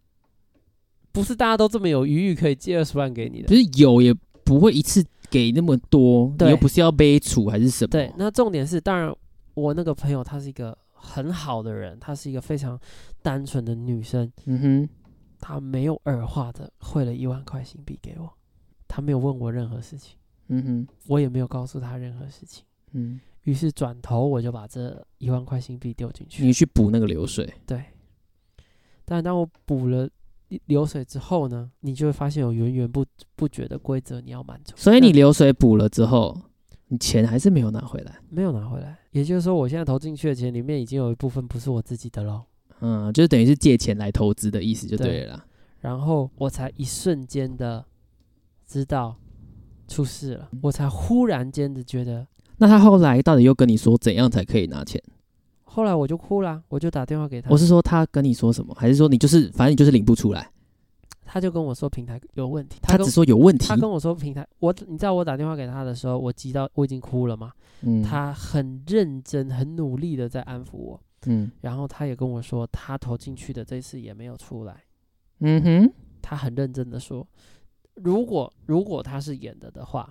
Speaker 1: 不是大家都这么有余裕可以借二十万给你的
Speaker 2: 就。是有也不会一次给那么多，你
Speaker 1: 对
Speaker 2: 又不是要背储还是什么？
Speaker 1: 对，那重点是，当然我那个朋友她是一个很好的人，她是一个非常单纯的女生，
Speaker 2: 嗯哼，
Speaker 1: 她没有二话的汇了一万块新币给我，她没有问我任何事情，
Speaker 2: 嗯哼，
Speaker 1: 我也没有告诉她任何事情。
Speaker 2: 嗯，
Speaker 1: 于是转头我就把这一万块新币丢进去。
Speaker 2: 你去补那个流水，
Speaker 1: 对，但当我补了一流水之后呢，你就会发现有源源不不绝的规则你要满足，
Speaker 2: 所以
Speaker 1: 那
Speaker 2: 你流水补了之后，你钱还是没有拿回来，
Speaker 1: 没有拿回来。也就是说，我现在投进去的钱里面已经有一部分不是我自己的喽。
Speaker 2: 嗯，就是等于是借钱来投资的意思就
Speaker 1: 对
Speaker 2: 对了啦。
Speaker 1: 然后我才一瞬间的知道出事了，我才忽然间的觉得，
Speaker 2: 那他后来到底又跟你说怎样才可以拿钱？
Speaker 1: 后来我就哭了，我就打电话给他
Speaker 2: 我，是说他跟你说什么，还是说你就是反正你就是领不出来？
Speaker 1: 他就跟我说平台有问题，
Speaker 2: 他
Speaker 1: 跟
Speaker 2: 只说有问题
Speaker 1: 他，跟我说平台，我你知道我打电话给他的时候，我急到我已经哭了嘛，
Speaker 2: 嗯，
Speaker 1: 他很认真、很努力的在安抚我，
Speaker 2: 嗯
Speaker 1: 然后他也跟我说，他投进去的这次也没有出来。
Speaker 2: 嗯哼，
Speaker 1: 他很认真的说，如果如果他是演的的话，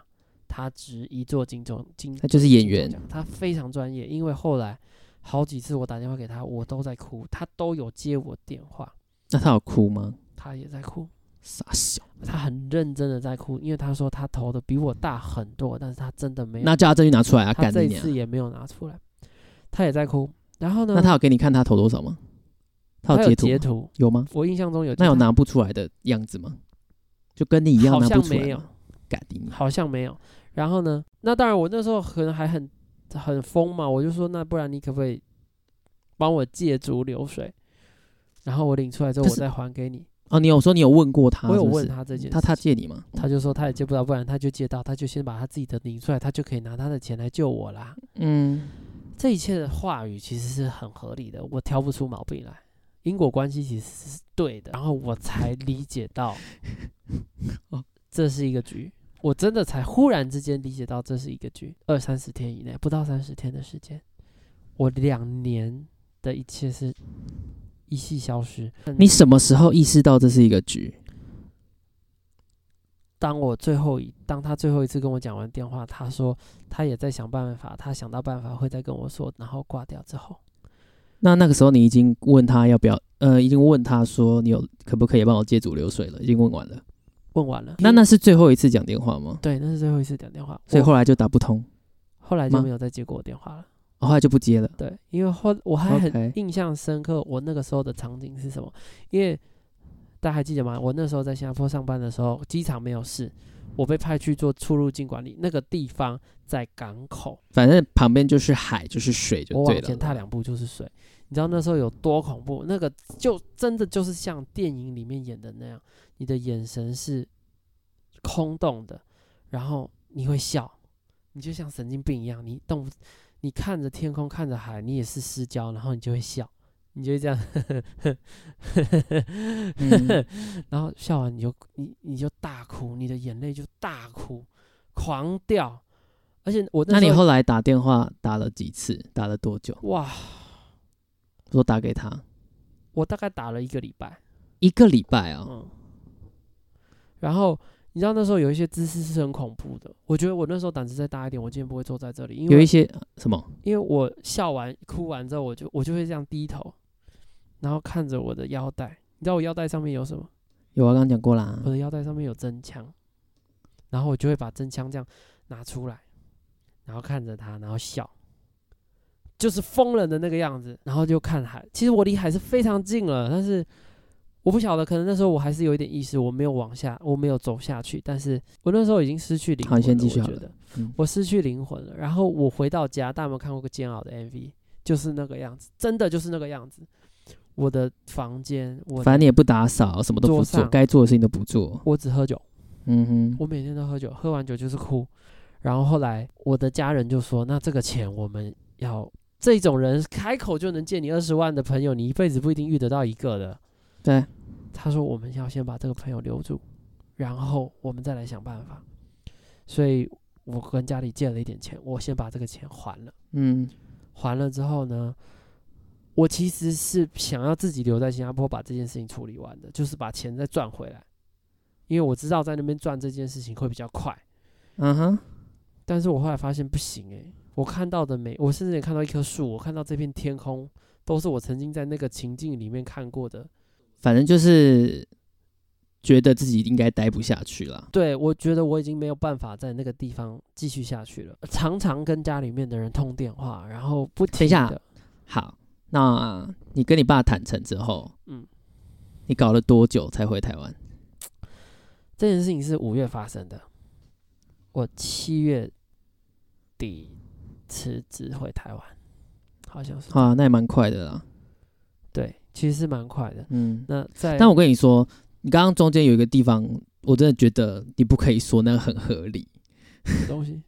Speaker 1: 他值一座金钟金，
Speaker 2: 他就是演员
Speaker 1: 金钟奖他非常专业。因为后来好几次我打电话给他，我都在哭，他都有接我电话，
Speaker 2: 那他有哭吗？
Speaker 1: 他也在哭，
Speaker 2: 傻笑。
Speaker 1: 他很认真的在哭，因为他说他投的比我大很多，但是他真的没有，
Speaker 2: 那叫他证据拿出来啊，
Speaker 1: 他
Speaker 2: 干
Speaker 1: 这
Speaker 2: 你
Speaker 1: 一
Speaker 2: 娘！
Speaker 1: 次也没有拿出来，他也在哭。然后呢，
Speaker 2: 那他有给你看他投多少吗？他
Speaker 1: 他
Speaker 2: 有
Speaker 1: 有
Speaker 2: 截图吗
Speaker 1: 截图，
Speaker 2: 有吗？
Speaker 1: 我印象中有截图，
Speaker 2: 那有拿不出来的样子吗？就跟你一样
Speaker 1: 好
Speaker 2: 拿
Speaker 1: 像
Speaker 2: 不出来吗
Speaker 1: 没有，
Speaker 2: 干你娘！
Speaker 1: 好像没有。然后呢，那当然我那时候可能还很很疯嘛，我就说那不然你可不可以帮我借足流水，然后我领出来之后
Speaker 2: 可
Speaker 1: 我
Speaker 2: 是
Speaker 1: 再还给你。
Speaker 2: 哦，你有说你有问过他是
Speaker 1: 我
Speaker 2: 不是，
Speaker 1: 有问他这件事情，
Speaker 2: 他他借你吗？
Speaker 1: 他就说他也借不到，不然他就借到，他就先把他自己的领出来，他就可以拿他的钱来救我啦。
Speaker 2: 嗯，
Speaker 1: 这一切的话语其实是很合理的，我挑不出毛病来。因果关系其实是对的，然后我才理解到
Speaker 2: 哦
Speaker 1: 这是一个局，我真的才忽然之间理解到这是一个局。二三十天以内，不到三十天的时间，我两年的一切是一系消失。
Speaker 2: 你什么时候意识到这是一个局？
Speaker 1: 当我最后一当他最后一次跟我讲完电话，他说他也在想办法，他想到办法会再跟我说，然后挂掉之后，
Speaker 2: 那那个时候你已经问他要不要，呃，已经问他说你有可不可以帮我借主流水了，已经问完了。
Speaker 1: 问完了。
Speaker 2: 那那是最后一次讲电话吗？
Speaker 1: 对，那是最后一次讲电话，
Speaker 2: 所以
Speaker 1: 嗯我
Speaker 2: 后来就打不通。
Speaker 1: 后来就
Speaker 2: 吗
Speaker 1: 没有再接过我电话了。
Speaker 2: 哦后来就不接了。
Speaker 1: 对，因为后我还很
Speaker 2: OK
Speaker 1: 印象深刻，我那个时候的场景是什么？因为大家还记得吗？我那时候在新加坡上班的时候，机场没有事，我被派去做出入境管理，那个地方在港口，
Speaker 2: 反正旁边就是海，就是水，就
Speaker 1: 我
Speaker 2: 对
Speaker 1: 往
Speaker 2: 了
Speaker 1: 前踏
Speaker 2: 啦。
Speaker 1: 两步就是水。你知道那时候有多恐怖？那个就真的就是像电影里面演的那样，你的眼神是空洞的，然后你会笑，你就像神经病一样，你动不，你看着天空，看着海，你也是失焦，然后你就会笑，你就会这样
Speaker 2: 嗯
Speaker 1: 然后笑完你就你你就大哭，你的眼泪就大哭，狂掉。而且我
Speaker 2: 那
Speaker 1: 时
Speaker 2: 你
Speaker 1: 候
Speaker 2: 后来打电话打了几次？打了多久？
Speaker 1: 哇，
Speaker 2: 我说打给他
Speaker 1: 我大概打了一个礼拜，
Speaker 2: 一个礼拜啊、
Speaker 1: 嗯。然后你知道那时候有一些姿势是很恐怖的，我觉得我那时候胆子再大一点，我今天不会坐在这里，因
Speaker 2: 有一
Speaker 1: 为
Speaker 2: 些什么？
Speaker 1: 因为我笑完哭完之后，我就我就会这样低头，然后看着我的腰带，你知道我腰带上面有什么？
Speaker 2: 有啊，刚刚讲过啦
Speaker 1: 我。的腰带上面有真枪，然后我就会把真枪这样拿出来，然后看着他，然后笑，就是疯人的那个样子，然后就看海。其实我离海是非常近了，但是我不晓得，可能那时候我还是有一点意识，我没有往下，我没有走下去，但是我那时候已经失去灵
Speaker 2: 好
Speaker 1: 魂
Speaker 2: 你
Speaker 1: 了。
Speaker 2: 先继续
Speaker 1: 我
Speaker 2: 好
Speaker 1: 觉
Speaker 2: 了
Speaker 1: 得、
Speaker 2: 嗯
Speaker 1: 我失去灵魂了。然后我回到家，大家有没有看过个煎熬的 MV？就是那个样子，真的就是那个样子。我的房间，我
Speaker 2: 反正
Speaker 1: 的
Speaker 2: 你也不打扫，什么都不
Speaker 1: 桌
Speaker 2: 做，
Speaker 1: 上
Speaker 2: 该做的事情都不做。
Speaker 1: 我只喝酒。
Speaker 2: 嗯哼，
Speaker 1: 我每天都喝酒，喝完酒就是哭。然后后来我的家人就说：“那这个钱我们要这种人开口就能借你二十万的朋友，你一辈子不一定遇得到一个的。
Speaker 2: 对，”
Speaker 1: 他说：“我们要先把这个朋友留住，然后我们再来想办法。”所以，我跟家里借了一点钱，我先把这个钱还了。
Speaker 2: 嗯，
Speaker 1: 还了之后呢，我其实是想要自己留在新加坡把这件事情处理完的，就是把钱再赚回来，因为我知道在那边赚这件事情会比较快。
Speaker 2: 嗯哼，
Speaker 1: 但是我后来发现不行诶、我看到的每，我甚至也看到一棵树，我看到这片天空，都是我曾经在那个情境里面看过的。
Speaker 2: 反正就是觉得自己应该待不下去了。
Speaker 1: 对我觉得我已经没有办法在那个地方继续下去了，常常跟家里面的人通电话，然后不停
Speaker 2: 等一下
Speaker 1: 的
Speaker 2: 好，那你跟你爸坦诚之后，嗯
Speaker 1: 嗯，
Speaker 2: 你搞了多久才回台湾？
Speaker 1: 这件事情是五月发生的，我七月底辞职回台湾，好像是
Speaker 2: 啊，那也蛮快的啦。
Speaker 1: 对，其实是蛮快的。
Speaker 2: 嗯，
Speaker 1: 那在
Speaker 2: 但我跟你说，你刚刚中间有一个地方，我真的觉得你不可以说那个很合理。
Speaker 1: 东西，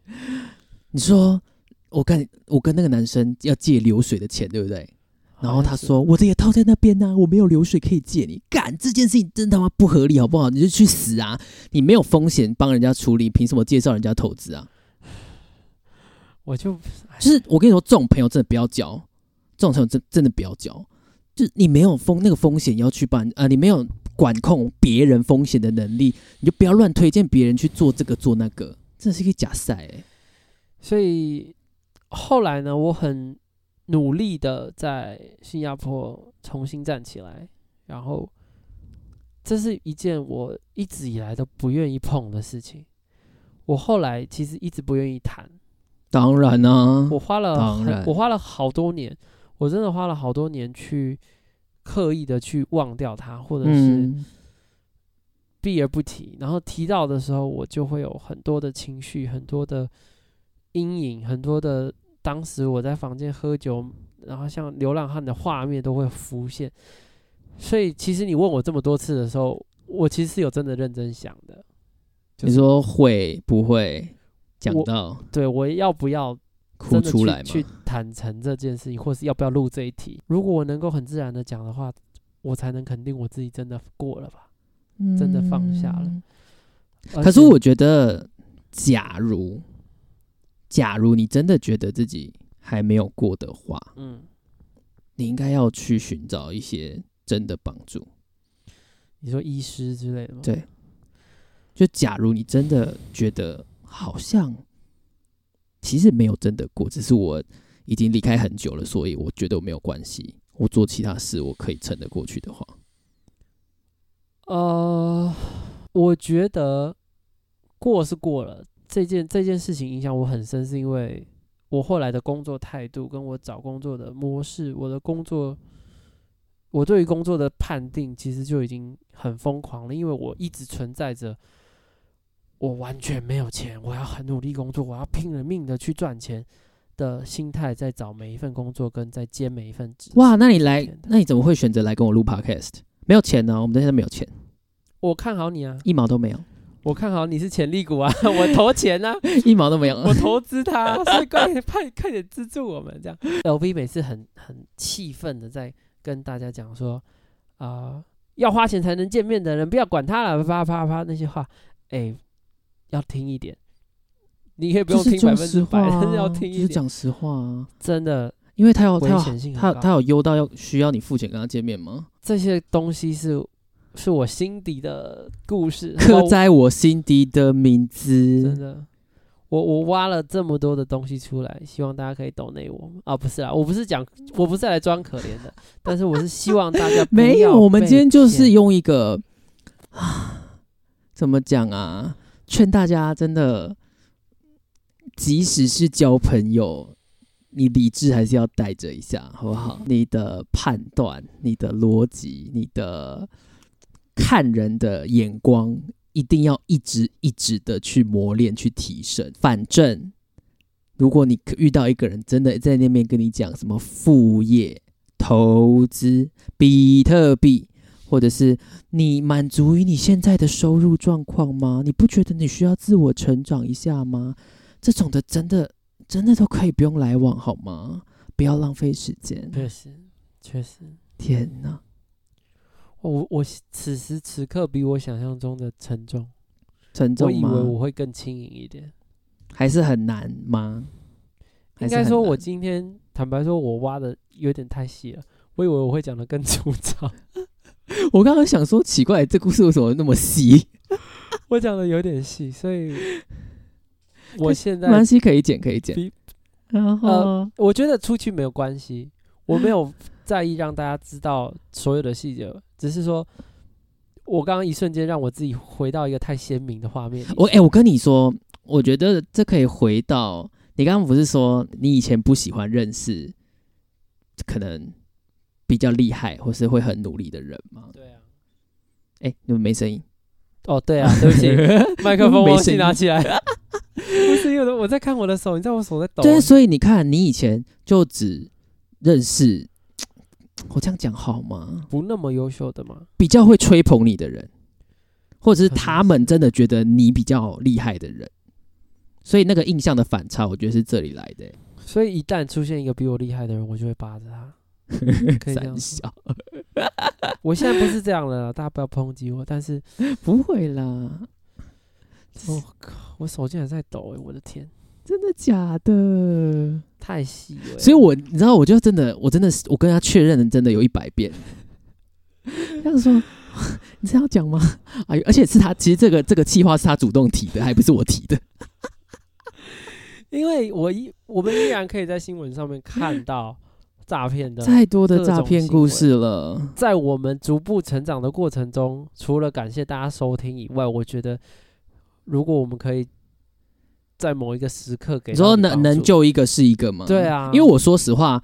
Speaker 2: 你说我跟我跟那个男生要借流水的钱，对不对？然后
Speaker 1: 好像
Speaker 2: 他
Speaker 1: 是
Speaker 2: 说我的也套在那边啊呢、我没有流水可以借你。干这件事情真他妈不合理，好不好？你就去死啊！你没有风险帮人家处理，凭什么介绍人家投资啊？
Speaker 1: 我就
Speaker 2: 就是我跟你说，这种朋友真的不要交，这种朋友真真的不要交。就是你没有风那个风险要去办，呃，你没有管控别人风险的能力，你就不要乱推荐别人去做这个做那个，真的是一个假赛、欸。
Speaker 1: 所以后来呢，我很努力的在新加坡重新站起来，然后这是一件我一直以来都不愿意碰的事情。我后来其实一直不愿意谈，
Speaker 2: 当然啊，
Speaker 1: 我花了
Speaker 2: 当然
Speaker 1: 很，我花了好多年，我真的花了好多年去刻意的去忘掉它，或者是
Speaker 2: 嗯，
Speaker 1: 避而不提，然后提到的时候，我就会有很多的情绪，很多的阴影，很多的当时我在房间喝酒，然后像流浪汉的画面都会浮现。所以其实你问我这么多次的时候，我其实是有真的认真想的，就是
Speaker 2: 你说会不会讲
Speaker 1: 我
Speaker 2: 到
Speaker 1: 对我要不要
Speaker 2: 哭
Speaker 1: 真的
Speaker 2: 出来
Speaker 1: 去
Speaker 2: 吗？
Speaker 1: 去坦诚这件事情，或是要不要录这一题？如果我能够很自然的讲的话，我才能肯定我自己真的过了吧。真的放下了
Speaker 2: 嗯
Speaker 1: 而
Speaker 2: 可是
Speaker 1: 且
Speaker 2: 我觉得，假如假如你真的觉得自己还没有过的话，
Speaker 1: 嗯，
Speaker 2: 你应该要去寻找一些真的帮助。
Speaker 1: 你说医师之类的吗？
Speaker 2: 对就假如你真的觉得好像其实没有真的过，只是我已经离开很久了，所以我觉得我没有关系，我做其他事我可以撑得过去的话，
Speaker 1: 呃，我觉得过是过了，这件这件事情影响我很深，是因为我后来的工作态度，跟我找工作的模式，我的工作，我对于工作的判定，其实就已经很疯狂了，因为我一直存在着，我完全没有钱，我要很努力工作，我要拼了命的去赚钱的心态，在找每一份工作跟在接每一份职。
Speaker 2: 哇，那你来
Speaker 1: 天，哪
Speaker 2: 那你怎么会选择来跟我录 podcast？没有钱呢、啊我们现在没有钱，
Speaker 1: 我看好你啊，
Speaker 2: 一毛都没有，
Speaker 1: 我看好你是潜力股啊， 我投钱啊，
Speaker 2: 一毛都没 有。
Speaker 1: 我投资他，所以快点快快点资助我们这样。LV 每次很很气愤的在跟大家讲说，啊、要花钱才能见面的人不要管他了，啪啪啪那些话，哎、要听一点，你可以不用
Speaker 2: 就是
Speaker 1: 听百
Speaker 2: 讲
Speaker 1: 分之
Speaker 2: 实
Speaker 1: 百，
Speaker 2: 话、
Speaker 1: 但
Speaker 2: 啊，
Speaker 1: 是 要听
Speaker 2: 就
Speaker 1: 一
Speaker 2: 是
Speaker 1: 点，
Speaker 2: 讲实话啊，
Speaker 1: 真的
Speaker 2: 因为他有他
Speaker 1: 危
Speaker 2: 有
Speaker 1: 险性
Speaker 2: 他
Speaker 1: 很
Speaker 2: 有他
Speaker 1: 高。
Speaker 2: 有优到要需要你付钱跟他见面吗？
Speaker 1: 这些东西是是我心底的故事，
Speaker 2: 刻
Speaker 1: 我
Speaker 2: 在我心底的名
Speaker 1: 真
Speaker 2: 字。
Speaker 1: 的，我我挖了这么多的东西出来，希望大家可以懂内我啊，不是啦，我不是讲，我不是来装可怜的，但是我是希望大家不
Speaker 2: 没
Speaker 1: 要
Speaker 2: 有，我们
Speaker 1: 被
Speaker 2: 今天就是
Speaker 1: 骗
Speaker 2: 用一个啊，怎么讲啊？劝大家真的，即使是交朋友，你理智还是要带着一下，好不好？你的判断、你的逻辑、你的看人的眼光，一定要一直一直的去磨练、去提升。反正，如果你遇到一个人真的在那边跟你讲什么副业、投资、比特币，或者是你满足于你现在的收入状况吗？你不觉得你需要自我成长一下吗？这种的真的真的都可以不用来往好吗？不要浪费时间。
Speaker 1: 确实确实，
Speaker 2: 天哪，
Speaker 1: 我我此时此刻比我想象中的沉重，
Speaker 2: 沉
Speaker 1: 我
Speaker 2: 重
Speaker 1: 以为
Speaker 2: 吗？
Speaker 1: 我会更轻盈一点。
Speaker 2: 还是很难吗？
Speaker 1: 应
Speaker 2: 还是
Speaker 1: 该
Speaker 2: 很
Speaker 1: 说，我
Speaker 2: 难
Speaker 1: 今天坦白说，我挖的有点太细了，我以为我会讲的更粗糙，
Speaker 2: 我刚刚想说，奇怪，这故事为什么那么细？
Speaker 1: 我讲的有点细，所以我
Speaker 2: 可
Speaker 1: 现在
Speaker 2: 没关系，可以剪，可以剪
Speaker 1: 比。
Speaker 2: 然后
Speaker 1: 呃，我觉得出去没有关系，我没 有在意让大家知道所有的细节，只是说，我刚刚一瞬间让我自己回到一个太鲜明的画面里。
Speaker 2: 我哎、我跟你说，我觉得这可以回到你刚刚不是说你以前不喜欢认识可能比较厉害或是会很努力的人吗？
Speaker 1: 对啊，
Speaker 2: 哎、你们没声音，
Speaker 1: 哦对啊，对不起， 麦克风
Speaker 2: 没
Speaker 1: 忘记
Speaker 2: 声音
Speaker 1: 拿起来。不是因为我在看我的手，你知道我手在抖。啊
Speaker 2: 对，所以你看，你以前就只认识我这样讲好吗？
Speaker 1: 不那么优秀的嘛，
Speaker 2: 比较会吹捧你的人，或者是
Speaker 1: 可能
Speaker 2: 他们真的觉得你比较厉害的人，所以那个印象的反差，我觉得是这里来的、
Speaker 1: 所以一旦出现一个比我厉害的人，我就会扒着 他。可以这样
Speaker 2: 三
Speaker 1: 说
Speaker 2: 小
Speaker 1: 我现在不是这样了啦，大家不要抨击我。但是，
Speaker 2: 不会啦，
Speaker 1: 我、靠，我手竟然在抖、欸，我的天，
Speaker 2: 真的假的？
Speaker 1: 太细了欸、
Speaker 2: 所以我你知道，我就真的，我真的是，我跟他确认了，真的有一百 遍。这样说， 你这样讲吗？ 哎呦，而且是他，其实这个这个计划是他主动提的，还不是我提的。
Speaker 1: 因为我依我们依然可以在新闻上面看 到诈骗的，
Speaker 2: 太多的
Speaker 1: 各种
Speaker 2: 诈骗
Speaker 1: 行
Speaker 2: 故
Speaker 1: 为
Speaker 2: 事了，
Speaker 1: 在我们逐步成长的过程中，除了感谢大家收听以外，我觉得如果我们可以在某一个时刻给
Speaker 2: 你
Speaker 1: 到
Speaker 2: 说能
Speaker 1: 帮
Speaker 2: 能
Speaker 1: 助，
Speaker 2: 救一个是一个吗？
Speaker 1: 对啊
Speaker 2: 因为我说实话，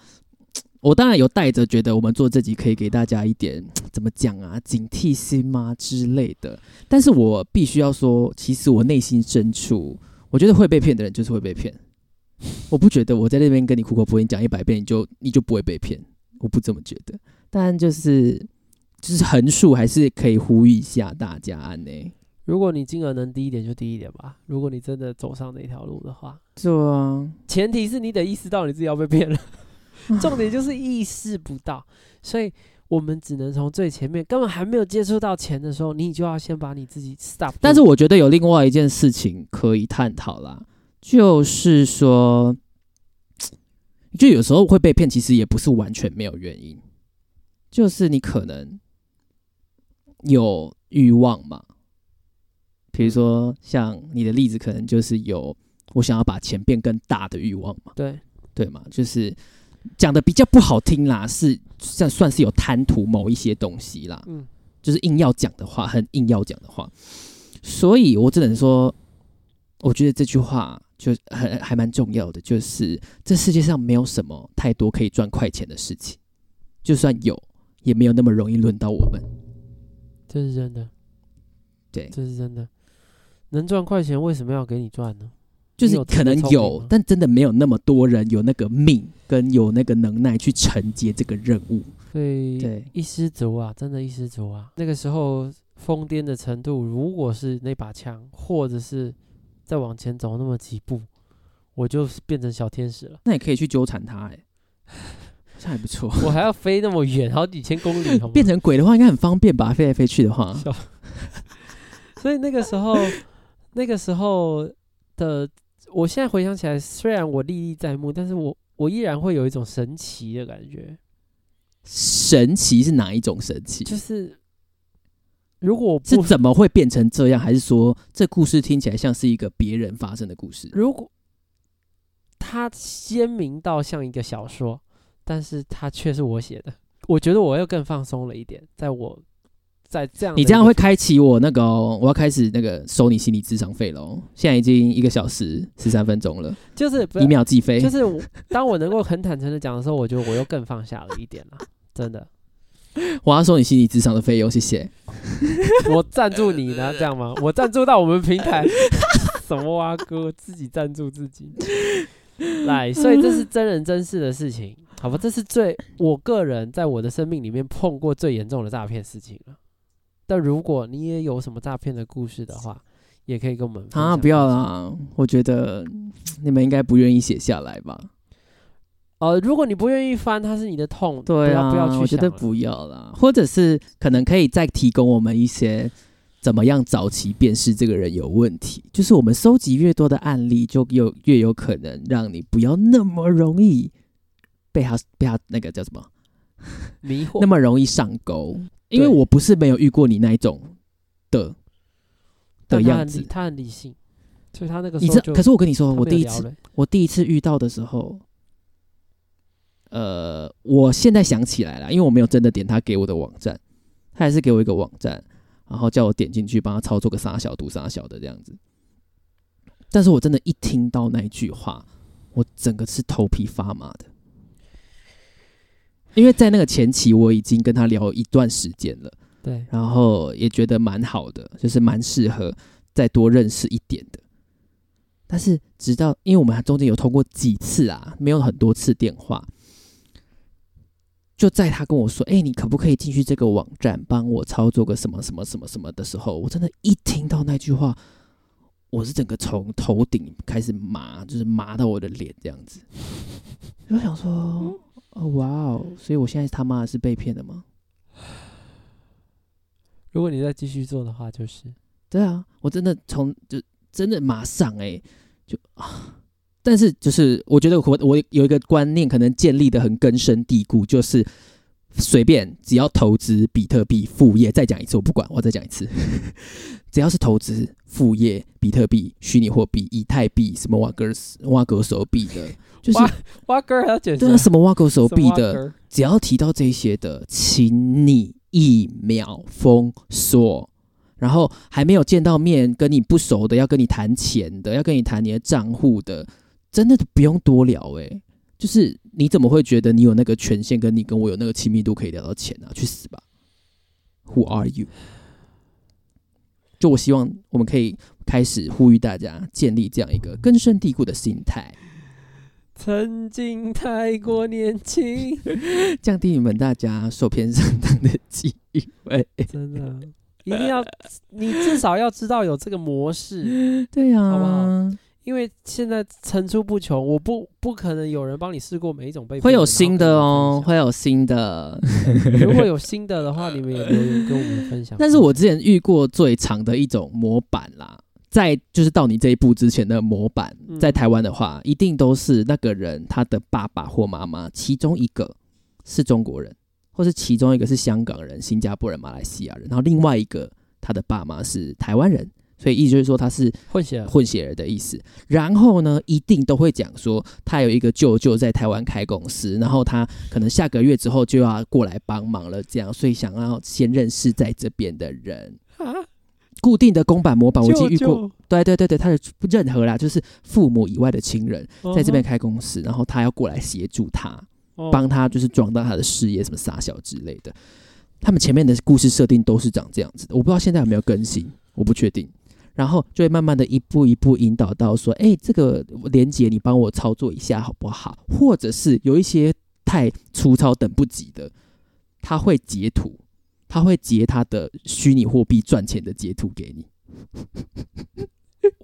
Speaker 2: 我当然有带着觉得我们做这集可以给大家一点怎么讲啊，警惕心嘛之类的。但是我必须要说，其实我内心深处，我觉得会被骗的人就是会被骗。我不觉得我在那边跟你苦口婆心讲一百遍，你就你就不会被骗，我不这么觉得。但就是就是横竖还是可以呼吁一下大家呢、
Speaker 1: 如果你金额能低一点就低一点吧。如果你真的走上那条路的话，
Speaker 2: 对啊，
Speaker 1: 前提是你得意识到你自己要被骗了，
Speaker 2: 嗯
Speaker 1: 重点就是意识不到，所以。我们只能从最前面，根本还没有接触到钱的时候，你就要先把你自己 stop 住。
Speaker 2: 但是我觉得有另外一件事情可以探讨啦，就是说，就有时候会被骗，其实也不是完全没有原因，就是你可能有欲望嘛，比如说像你的例子，可能就是有我想要把钱变更大的欲望嘛，
Speaker 1: 对，
Speaker 2: 对嘛，就是讲的比较不好听啦，是算算是有贪图某一些东西啦，
Speaker 1: 嗯，
Speaker 2: 就是硬要讲的话，很硬要讲的话。所以我只能说，我觉得这句话就很还蛮重要的，就是这世界上没有什么太多可以赚快钱的事情，就算有，也没有那么容易轮到我们。
Speaker 1: 这是真的，
Speaker 2: 对
Speaker 1: 这是真的。能赚快钱，为什么要给你赚呢？
Speaker 2: 就是
Speaker 1: 你有这个
Speaker 2: 可能
Speaker 1: 聪明啊
Speaker 2: 有
Speaker 1: 吗，
Speaker 2: 但真的没有那么多人有那个命跟有那个能耐去承接这个任务。
Speaker 1: 所以
Speaker 2: 对
Speaker 1: 一失足啊，真的一失足啊。那个时候疯癫的程度，如果是那把枪，或者是再往前走那么几步，我就是变成小天使了。
Speaker 2: 那也可以去纠缠他、欸， 哎，好像还不错。
Speaker 1: 我还要飞那么远，好几千公里，好吗？
Speaker 2: 变成鬼的话应该很方便吧？飞来飞去的话，
Speaker 1: 所以那个时 候，那个时候的，我现在回想起来，虽然我历历在目，但是我我依然会有一种神奇的感觉，
Speaker 2: 神奇是哪一种神奇？
Speaker 1: 就是如果我
Speaker 2: 是
Speaker 1: 不
Speaker 2: 怎么会变成这样？还是说这故事听起来像是一个别人发生的故事？
Speaker 1: 如果它鲜明到像一个小说，但是它却是我写的，我觉得我又更放松了一点，在我在这样的
Speaker 2: 你这样
Speaker 1: 一个
Speaker 2: 会开启我那个哦、我要开始那个收你心理智商费喽。现在已经一个小时十三分钟了，
Speaker 1: 就是不
Speaker 2: 一秒计费。
Speaker 1: 就是我当我能够很坦诚的讲的时候，我觉得我又更放下了一点了，真的。
Speaker 2: 我要收你心理智商的费用，谢谢。
Speaker 1: 我赞助你呢，这样吗？我赞助到我们平台， 什么啊哥，自己赞助自己。来，所以这是真人真事的事情，好吧？这是最我个人在我的生命里面碰过最严重的诈骗事情了。但如果你也有什么诈骗的故事的话，也可以跟我们分
Speaker 2: 啊，
Speaker 1: 享
Speaker 2: 不要啦，我觉得你们应该不愿意写下来吧？
Speaker 1: 呃，如果你不愿意翻，它是你的痛，
Speaker 2: 对啊，
Speaker 1: 不要不要去想了。
Speaker 2: 我觉得不要啦，或者是可能可以再提供我们一些怎么样早期辨识这个人有问题，就是我们收集越多的案例，就有越有可能让你不要那么容易被他被他那个叫什么，
Speaker 1: 迷惑。
Speaker 2: 那么容易上钩。
Speaker 1: 嗯
Speaker 2: 因为
Speaker 1: 对
Speaker 2: 我不是没有遇过你那一种的的
Speaker 1: 但他很
Speaker 2: 样
Speaker 1: 理
Speaker 2: 子，
Speaker 1: 他很理性，所以他那个时
Speaker 2: 你
Speaker 1: 候
Speaker 2: 知
Speaker 1: 就
Speaker 2: 道？可是我跟你说，
Speaker 1: 他没有
Speaker 2: 我第一
Speaker 1: 聊
Speaker 2: 次
Speaker 1: 了
Speaker 2: 我第一次遇到的时候，呃，我现在想起来了，因为我没有真的点他给我的网站，他还是给我一个网站，然后叫我点进去帮他操作个傻小读傻小的这样子。但是我真的，一听到那一句话，我整个是头皮发麻的，因为在那个前期我已经跟他聊一段时间了。
Speaker 1: 对
Speaker 2: 然后也觉得蛮好的，就是蛮适合再多认识一点的。但是直到因为我们中间有通过几次啊，没有很多次电话，就在他跟我说：“哎、你可不可以进去这个网站帮我操作个什么什么什么什么的时候，我真的，一听到那句话，我是整个从头顶开始麻，就是麻到我的脸这样子。我想说，哦哇哦，所以我现在他妈的是被骗的吗？
Speaker 1: 如果你再继续做的话，就是
Speaker 2: 对啊，我真的从就真的马上哎、就啊，但是就是我觉得我我有一个观念，可能建立的很根深蒂固，就是随便只要投资比特币副业，再讲一次我不管，我再讲一次， 只要是投资副业，比特币、虚拟货币、以太币、什么挖格挖格手币的，就是
Speaker 1: 哇挖根儿还要剪
Speaker 2: 对啊，什么挖格手
Speaker 1: 手
Speaker 2: 币的，只要提到这些的，请你一秒封锁。然后还没有见到面，跟你不熟的，要跟你谈钱的，要跟你谈你的账户的，真的不用多聊诶、就是你怎么会觉得你有那个权限，跟你跟我有那个亲密度可以聊到钱啊？去死吧！Who are you？就我希望我们可以开始呼吁大家建立这样一个根深蒂固的心态，
Speaker 1: 曾经太过年 轻，
Speaker 2: 降低你们大家受骗上当的机会。
Speaker 1: 真的一定要，你至少要知道有这个模式，
Speaker 2: 对呀、
Speaker 1: 好不好？因为现在层出不穷，我不不可能有人帮你试过每一种被
Speaker 2: 会
Speaker 1: 骗
Speaker 2: 有新的哦，。
Speaker 1: 然后
Speaker 2: 会有新的。
Speaker 1: 跟我们分享如果有新的的话，你们也留言跟我们分享。
Speaker 2: 但是我之前遇过最长的一种模板啦，在就是到你这一步之前的模板，
Speaker 1: 嗯
Speaker 2: 在台湾的话，一定都是那个人他的爸爸或妈妈，其中一个是中国人，或是其中一个是香港人、新加坡人、马来西亚人，然后另外一个他的爸妈是台湾人，所以意思就是说他是
Speaker 1: 混血儿，
Speaker 2: 呃混血儿的意思。然后呢，一定都会讲说他有一个舅舅在台湾开公司，然后他可能下个月之后就要过来帮忙了，这样，所以想要先认识在这边的人。
Speaker 1: 啊
Speaker 2: 固定的公版模板，我已经遇
Speaker 1: 舅
Speaker 2: 过，
Speaker 1: 舅
Speaker 2: 对对对对，他的任何啦，就是父母以外的亲
Speaker 1: 嗯
Speaker 2: 人在这边开公司，然后他要过来协助他，
Speaker 1: 哦
Speaker 2: 帮他就是壮大他的事业，什么撒小之类的。他们前面的故事设定都是长这样子的，我不知道现在有没有更新，我不确定。然后就会慢慢的一步一步引导到说，哎、这个连接你帮我操作一下好不好？或者是有一些太粗糙等不及的，他会截图，他会截他的虚拟货币赚钱的截图给你。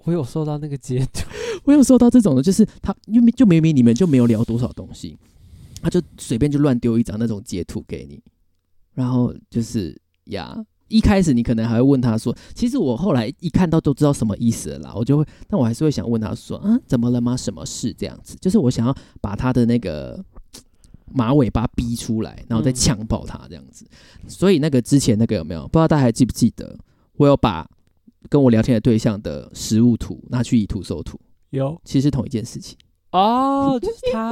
Speaker 1: 我有收到那个截图，
Speaker 2: 我有收到这种的，就是他因为就明明你们就没有聊多少东西，他就随便就乱丢一张那种截图给你，然后就是呀。一开始你可能还会问他说，其实我后来一看到都知道什么意思了啦，我就会，但我还是会想问他说，啊，怎么了吗？什么事？这样子，就是我想要把他的那个嘖马尾巴逼出来，然后再
Speaker 1: 嗯
Speaker 2: 呛爆他这样子。所以那个之前那个有没有？不知道大家还记不记得，我有把跟我聊天的对象的实物图拿去以图搜图，
Speaker 1: 有
Speaker 2: 其实是同一件事情。
Speaker 1: 哦，就是他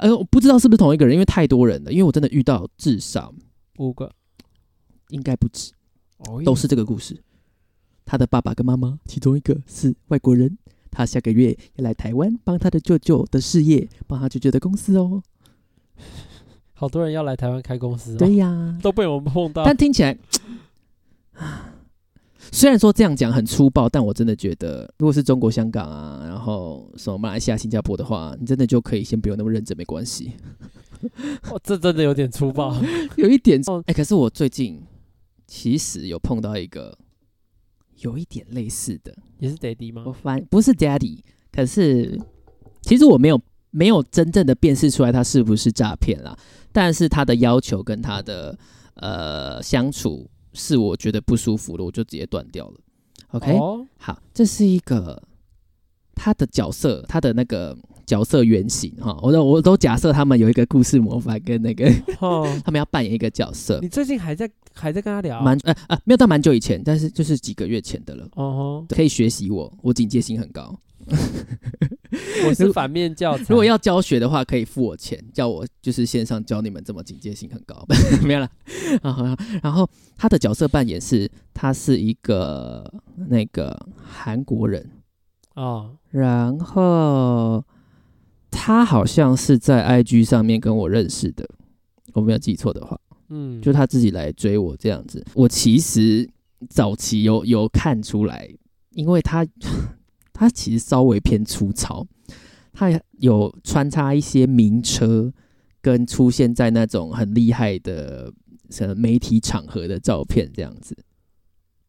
Speaker 2: 呃，我不知道是不是同一个人，因为太多人了。因为我真的遇到至少
Speaker 1: 五个，
Speaker 2: 应该不止，
Speaker 1: 哦
Speaker 2: 都是这个故事。他的爸爸跟妈妈，其中一个是外国人，他下个月要来台湾帮他的舅舅的事业，帮他舅舅的公司哦。
Speaker 1: 好多人要来台湾开公司、哦，
Speaker 2: 对呀、
Speaker 1: 都被我们碰到。
Speaker 2: 但听起来， 虽然说这样讲很粗暴，但我真的觉得，如果是中国香港啊，然后什么马来西亚、新加坡的话，你真的就可以先不用那么认真，没关系。
Speaker 1: 哦，这真的有点粗 暴。
Speaker 2: 有一点
Speaker 1: 哦
Speaker 2: 哎、可是我最近其实有碰到一个有一点类似的，
Speaker 1: 也是 daddy
Speaker 2: 我
Speaker 1: 吗？
Speaker 2: 翻不是 daddy，可是其实我没有没有真正的辨识出来他是不是诈骗啦，但是他的要求跟他的呃相处是我觉得不舒服的，我就直接断掉了。OK，、
Speaker 1: 哦，
Speaker 2: 好，这是一个他的角色，他的那个角色原型哈，我都我都假设他们有一个故事模板跟那个
Speaker 1: 哦
Speaker 2: 他们要扮演一个角色，
Speaker 1: 你最近还在还在跟他聊？
Speaker 2: 蛮呃呃，没有到蛮久以前，但是就是几个月前的了。
Speaker 1: 哦
Speaker 2: 可以学习我，我警戒心很高。
Speaker 1: 吼，我是反面教材。
Speaker 2: 如果要教学的话，可以付我钱，叫我就是线上教你们怎么警戒心很高。 没有了啊。好好然后他的角色扮演是，他是一个那个韩国人，
Speaker 1: 哦，
Speaker 2: 然后他好像是在 IG 上面跟我认识的，我没有记错的话。
Speaker 1: 嗯，
Speaker 2: 就他自己来追我这样子。我其实早期有有看出来，因为他 他其实稍微偏粗糙，他有穿插一些名车，跟出现在那种很厉害的什么媒体场合的照片这样子。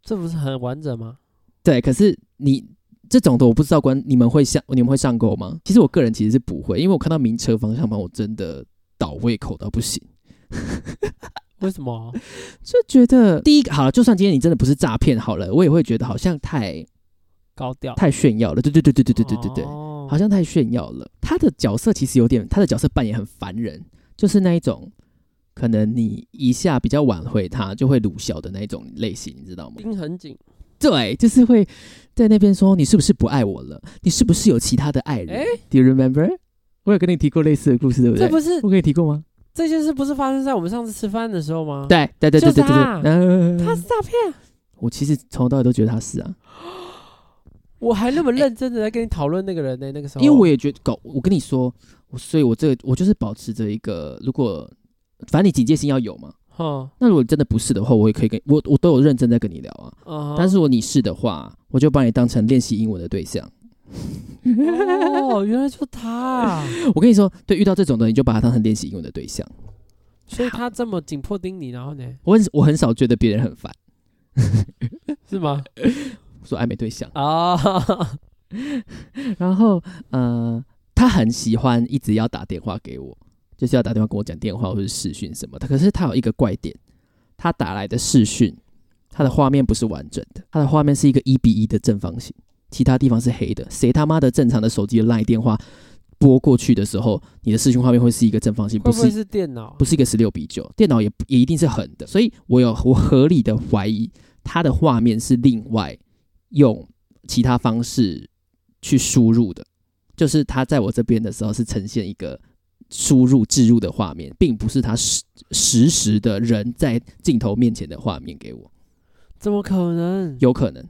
Speaker 1: 这不是很完整吗？
Speaker 2: 对，可是你。这种的我不知道关你们会上你们会上钩吗？其实我个人其实是不会，因为我看到名车方向盘，我真的倒胃口到不行。
Speaker 1: 为什么？
Speaker 2: 就觉得第一个好了，就算今天你真的不是诈骗好了，我也会觉得好像太
Speaker 1: 高调？
Speaker 2: 太炫耀了。对对对对对对对对对，
Speaker 1: 哦
Speaker 2: 好像太炫耀了。他的角色其实有点，他的角色扮演很烦人，就是那一种可能你一下比较挽回他，就会鲁小的那一种类型，你知道吗？
Speaker 1: 盯很紧。
Speaker 2: 对，就是会在那边说你是不是不爱我了？你是不是有其他的爱人、
Speaker 1: 哎
Speaker 2: d o you remember？我有跟你提过类似的故事，对不对？
Speaker 1: 这不是
Speaker 2: 我跟你提过吗？
Speaker 1: 这件事不是发生在我们上次吃饭的时候吗？，
Speaker 2: 对对对对对对
Speaker 1: 就是他
Speaker 2: 对，嗯、
Speaker 1: 他是诈骗，啊
Speaker 2: 我其实从头到尾都觉得他是啊。
Speaker 1: 我还那么认真的在跟你讨论那个人呢、那个时候，
Speaker 2: 哎因为我也觉得搞，我跟你说，我所以，我这个我就是保持着一个，如果反正你警戒心要有嘛。
Speaker 1: 哦，
Speaker 2: 那如果真的不是的话，我也可以跟我我都有认真在跟你聊啊。
Speaker 1: 嗯，
Speaker 2: 但是如果你是的话，我就把你当成练习英文的对象。
Speaker 1: 哦，原来就他啊、
Speaker 2: 我跟你说，对，遇到这种的，你就把他当成练习英文的对象。
Speaker 1: 所以他这么紧迫盯你，然后呢，
Speaker 2: 我很我很少觉得别人很烦，
Speaker 1: 是 吗？
Speaker 2: 说暧昧对象。
Speaker 1: 啊、
Speaker 2: 然后呃，他很喜欢一直要打电话给我，就是要打电话跟我讲电话或者视讯什么的。可是他有一个怪点，他打来的视讯，他的画面不是完整的，他的画面是一个一比一的正方形，其他地方是黑的。谁他妈的正常的手机的 LINE 电话拨过去的时候，你的视讯画面会是一个正方形，
Speaker 1: 会
Speaker 2: 不
Speaker 1: 不会
Speaker 2: 是
Speaker 1: 是电脑
Speaker 2: 不？是一个十六比九，电脑也也一定是横的，所以我有 我合理的怀疑，它的画面是另外用其他方式去输入的，就是它在我这边的时候是呈现一个输入置入的画面，并不是它实实时的人在镜头面前的画面给我，
Speaker 1: 怎么可能？
Speaker 2: 有可能，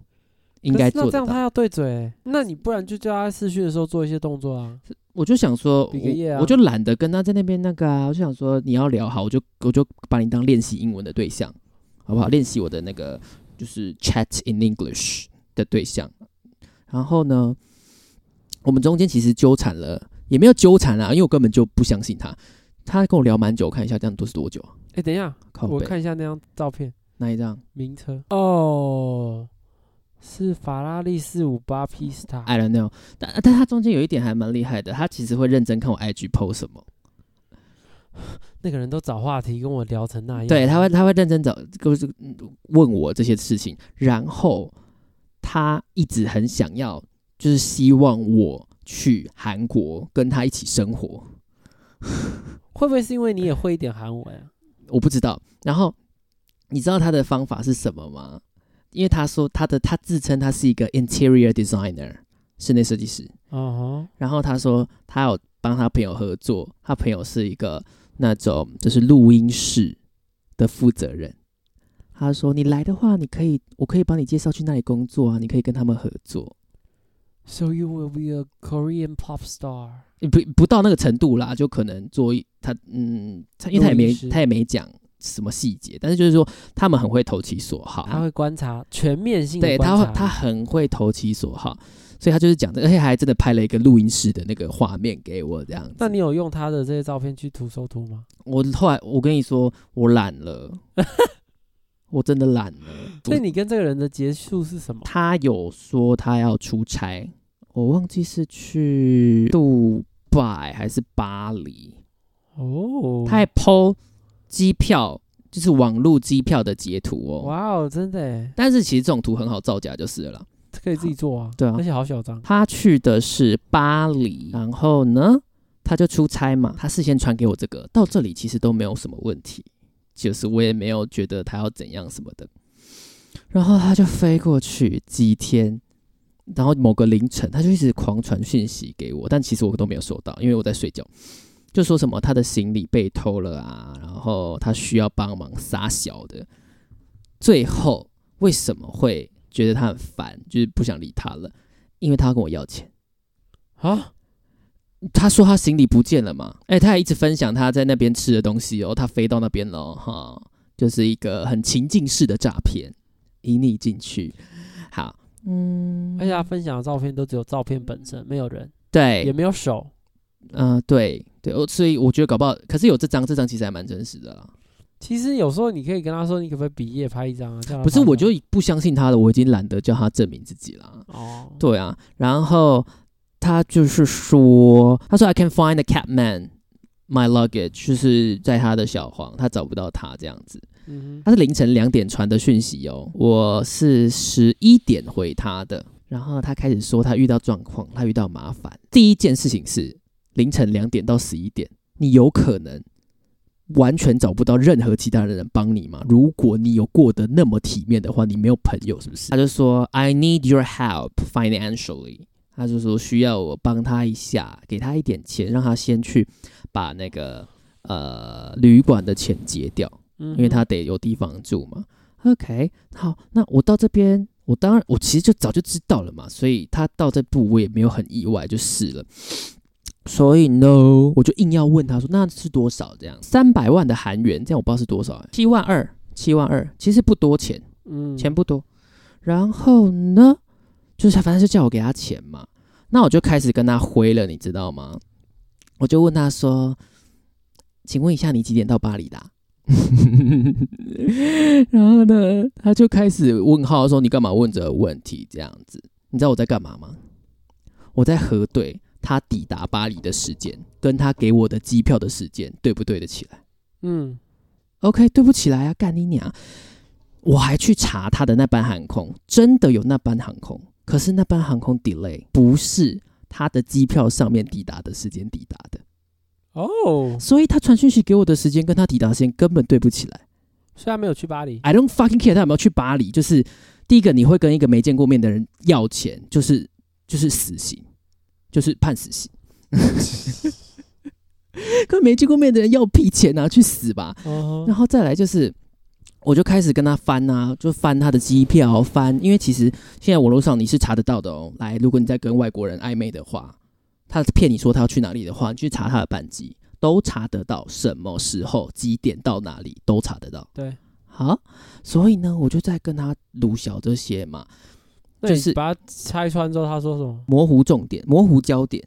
Speaker 2: 应该
Speaker 1: 可是那这
Speaker 2: 做得
Speaker 1: 样
Speaker 2: 到。
Speaker 1: 他要对嘴欸，那你不然就叫他试训的时候做一些动作 啊。
Speaker 2: 我就想说，
Speaker 1: 比个耶啊
Speaker 2: 我我就懒得跟他在那边那个啊，我就想说你要聊好，我就我就把你当练习英文的对象，好
Speaker 1: 嗯
Speaker 2: 不好？练习我的那个就是 chat in English 的对象。然后呢，我们中间其实纠缠了，也没有纠缠啊，因为我根本就不相信他。他跟我聊蛮久，我看一下这样都是多久啊？
Speaker 1: 哎、等一下，
Speaker 2: 靠
Speaker 1: 我
Speaker 2: 背
Speaker 1: 看一下那张照片，
Speaker 2: 那一张？
Speaker 1: 名车哦，是法拉利四五八 P Star。
Speaker 2: I don't know 但。但他中间有一点还蛮厉害的，他其实会认真看我 IG PO 什么，
Speaker 1: 那个人都找话题跟我聊成那样，
Speaker 2: 对，他会他会认真找，就是嗯问我这些事情，然后他一直很想要，就是希望我去韩国跟他一起生活，
Speaker 1: 会不会是因为你也会一点韩文啊？
Speaker 2: 我不知道。然后你知道他的方法是什么吗？因为他说他的他自称他是一个 interior designer 室内设计师，
Speaker 1: 哦、
Speaker 2: 然后他说他有帮他朋友合作，他朋友是一个那种就是录音室的负责人。他说你来的话，你可以，我可以帮你介绍去那里工作啊，你可以跟他们合作。
Speaker 1: s o you will be a Korean pop star。
Speaker 2: 呃不不到那个程度啦，就可能做一他嗯，他因为他也
Speaker 1: 录
Speaker 2: 没
Speaker 1: 音师
Speaker 2: 他也没讲什么细节，但是就是说他们很会投其所好，
Speaker 1: 他会观察全面性
Speaker 2: 对
Speaker 1: 的
Speaker 2: 他
Speaker 1: 观察，
Speaker 2: 会他很会投其所好，所以他就是讲这个，而且还真的拍了一个录音室的那个画面给我这样子。
Speaker 1: 那你有用他的这些照片去图搜图吗？
Speaker 2: 我后来我跟你说，我懒 了，我真的懒了。
Speaker 1: 所以你跟这个人的结束是什么？
Speaker 2: 他有说他要出差，我忘记是去杜拜还是巴黎，
Speaker 1: 哦，
Speaker 2: 他还 PO 机票，就是网路机票的截图哦。
Speaker 1: 哇哦，真的耶，
Speaker 2: 但是其实这种图很好造假就是了啦。
Speaker 1: 这可以自己做啊。
Speaker 2: 对啊
Speaker 1: 而且好小张。
Speaker 2: 他去的是巴黎，然后呢，他就出差嘛，他事先传给我这个，到这里其实都没有什么问题，就是我也没有觉得他要怎样什么的。然后他就飞过去几天，然后某个凌晨他就一直狂传讯息给我，但其实我都没有收到，因为我在睡觉。就说什么他的行李被偷了啊，然后他需要帮忙撒小的。最后为什么会觉得他很烦，就是不想理他了？因为他要跟我要钱。
Speaker 1: 啊，
Speaker 2: 他说他行李不见了嘛？哎、他还一直分享他在那边吃的东西哦，他飞到那边了哦哈，就是一个很情境式的诈骗，引你进去。好，嗯
Speaker 1: 而且他分享的照片都只有照片本身，没有人，也
Speaker 2: 对，
Speaker 1: 没有手。
Speaker 2: 嗯、对对，哦所以我觉得搞不好，可是有这张，这张其实还蛮真实的啦。
Speaker 1: 其实有时候你可以跟他说，你可不可以比耶拍一张啊？这样
Speaker 2: 不是，我就不相信他了，我已经懒得叫他证明自己啦。
Speaker 1: 哦，
Speaker 2: 对啊，然后他就是说，他说 I can find the catman my luggage，就是在他的小黄，他找不到他这样子。
Speaker 1: 嗯
Speaker 2: 他是凌晨两点传的讯息哦，我是十一点回他的，然后他开始说他遇到状况，他遇到麻烦。第一件事情是凌晨两点到十一点，你有可能完全找不到任何其他的人帮你吗？如果你有过得那么体面的话，你没有朋友是不是？他就说 I need your help financially，他就说需要我帮他一下，给他一点钱，让他先去把那个呃旅馆的钱结掉。
Speaker 1: 嗯哼，
Speaker 2: 因为他得有地方住嘛。OK，好，那我到这边，我当然我其实就早就知道了嘛，所以他到这步我也没有很意外，就是了。所以呢，我就硬要问他说，那是多少？这样三百万的韩元，这样我不知道是多少、欸，七万二，七万二，其实不多钱，
Speaker 1: 嗯
Speaker 2: 钱不多。然后呢，就是他反正就叫我给他钱嘛，那我就开始跟他挥了，你知道吗？我就问他说：“请问一下，你几点到巴黎的啊、 然后呢，他就开始问号说：“你干嘛问这个问题？”这样子，你知道我在干嘛吗？我在核对他抵达巴黎的时间跟他给我的机票的时间对不对得起来。
Speaker 1: 嗯
Speaker 2: OK，对不起来啊，干你娘！我还去查他的那班航空，真的有那班航空，可是那班航空 delay 不是他的机票上面抵达的时间抵达的，
Speaker 1: 哦，
Speaker 2: 所以他传讯息给我的时间跟他抵达的时间根本对不起来。
Speaker 1: 虽然没有去巴黎，
Speaker 2: I don't fucking care 他有没有去巴黎，就是第一个你会跟一个没见过面的人要钱，就是就是死刑，就是判死刑。 跟没见过面的人要屁钱啊，去死吧！
Speaker 1: 嗯哼
Speaker 2: 然后再来就是，我就开始跟他翻啊，就翻他的机票，啊翻，因为其实现在网络上你是查得到的哦。来，如果你在跟外国人暧昧的话，他骗你说他要去哪里的话，你去查他的班机，都查得到什么时候、几点到哪里都查得到。
Speaker 1: 对，
Speaker 2: 好，所以呢，我就在跟他鲁小这些嘛，
Speaker 1: 那你
Speaker 2: 就是
Speaker 1: 把它拆穿之后，他说什么？
Speaker 2: 模糊重点、模糊焦点，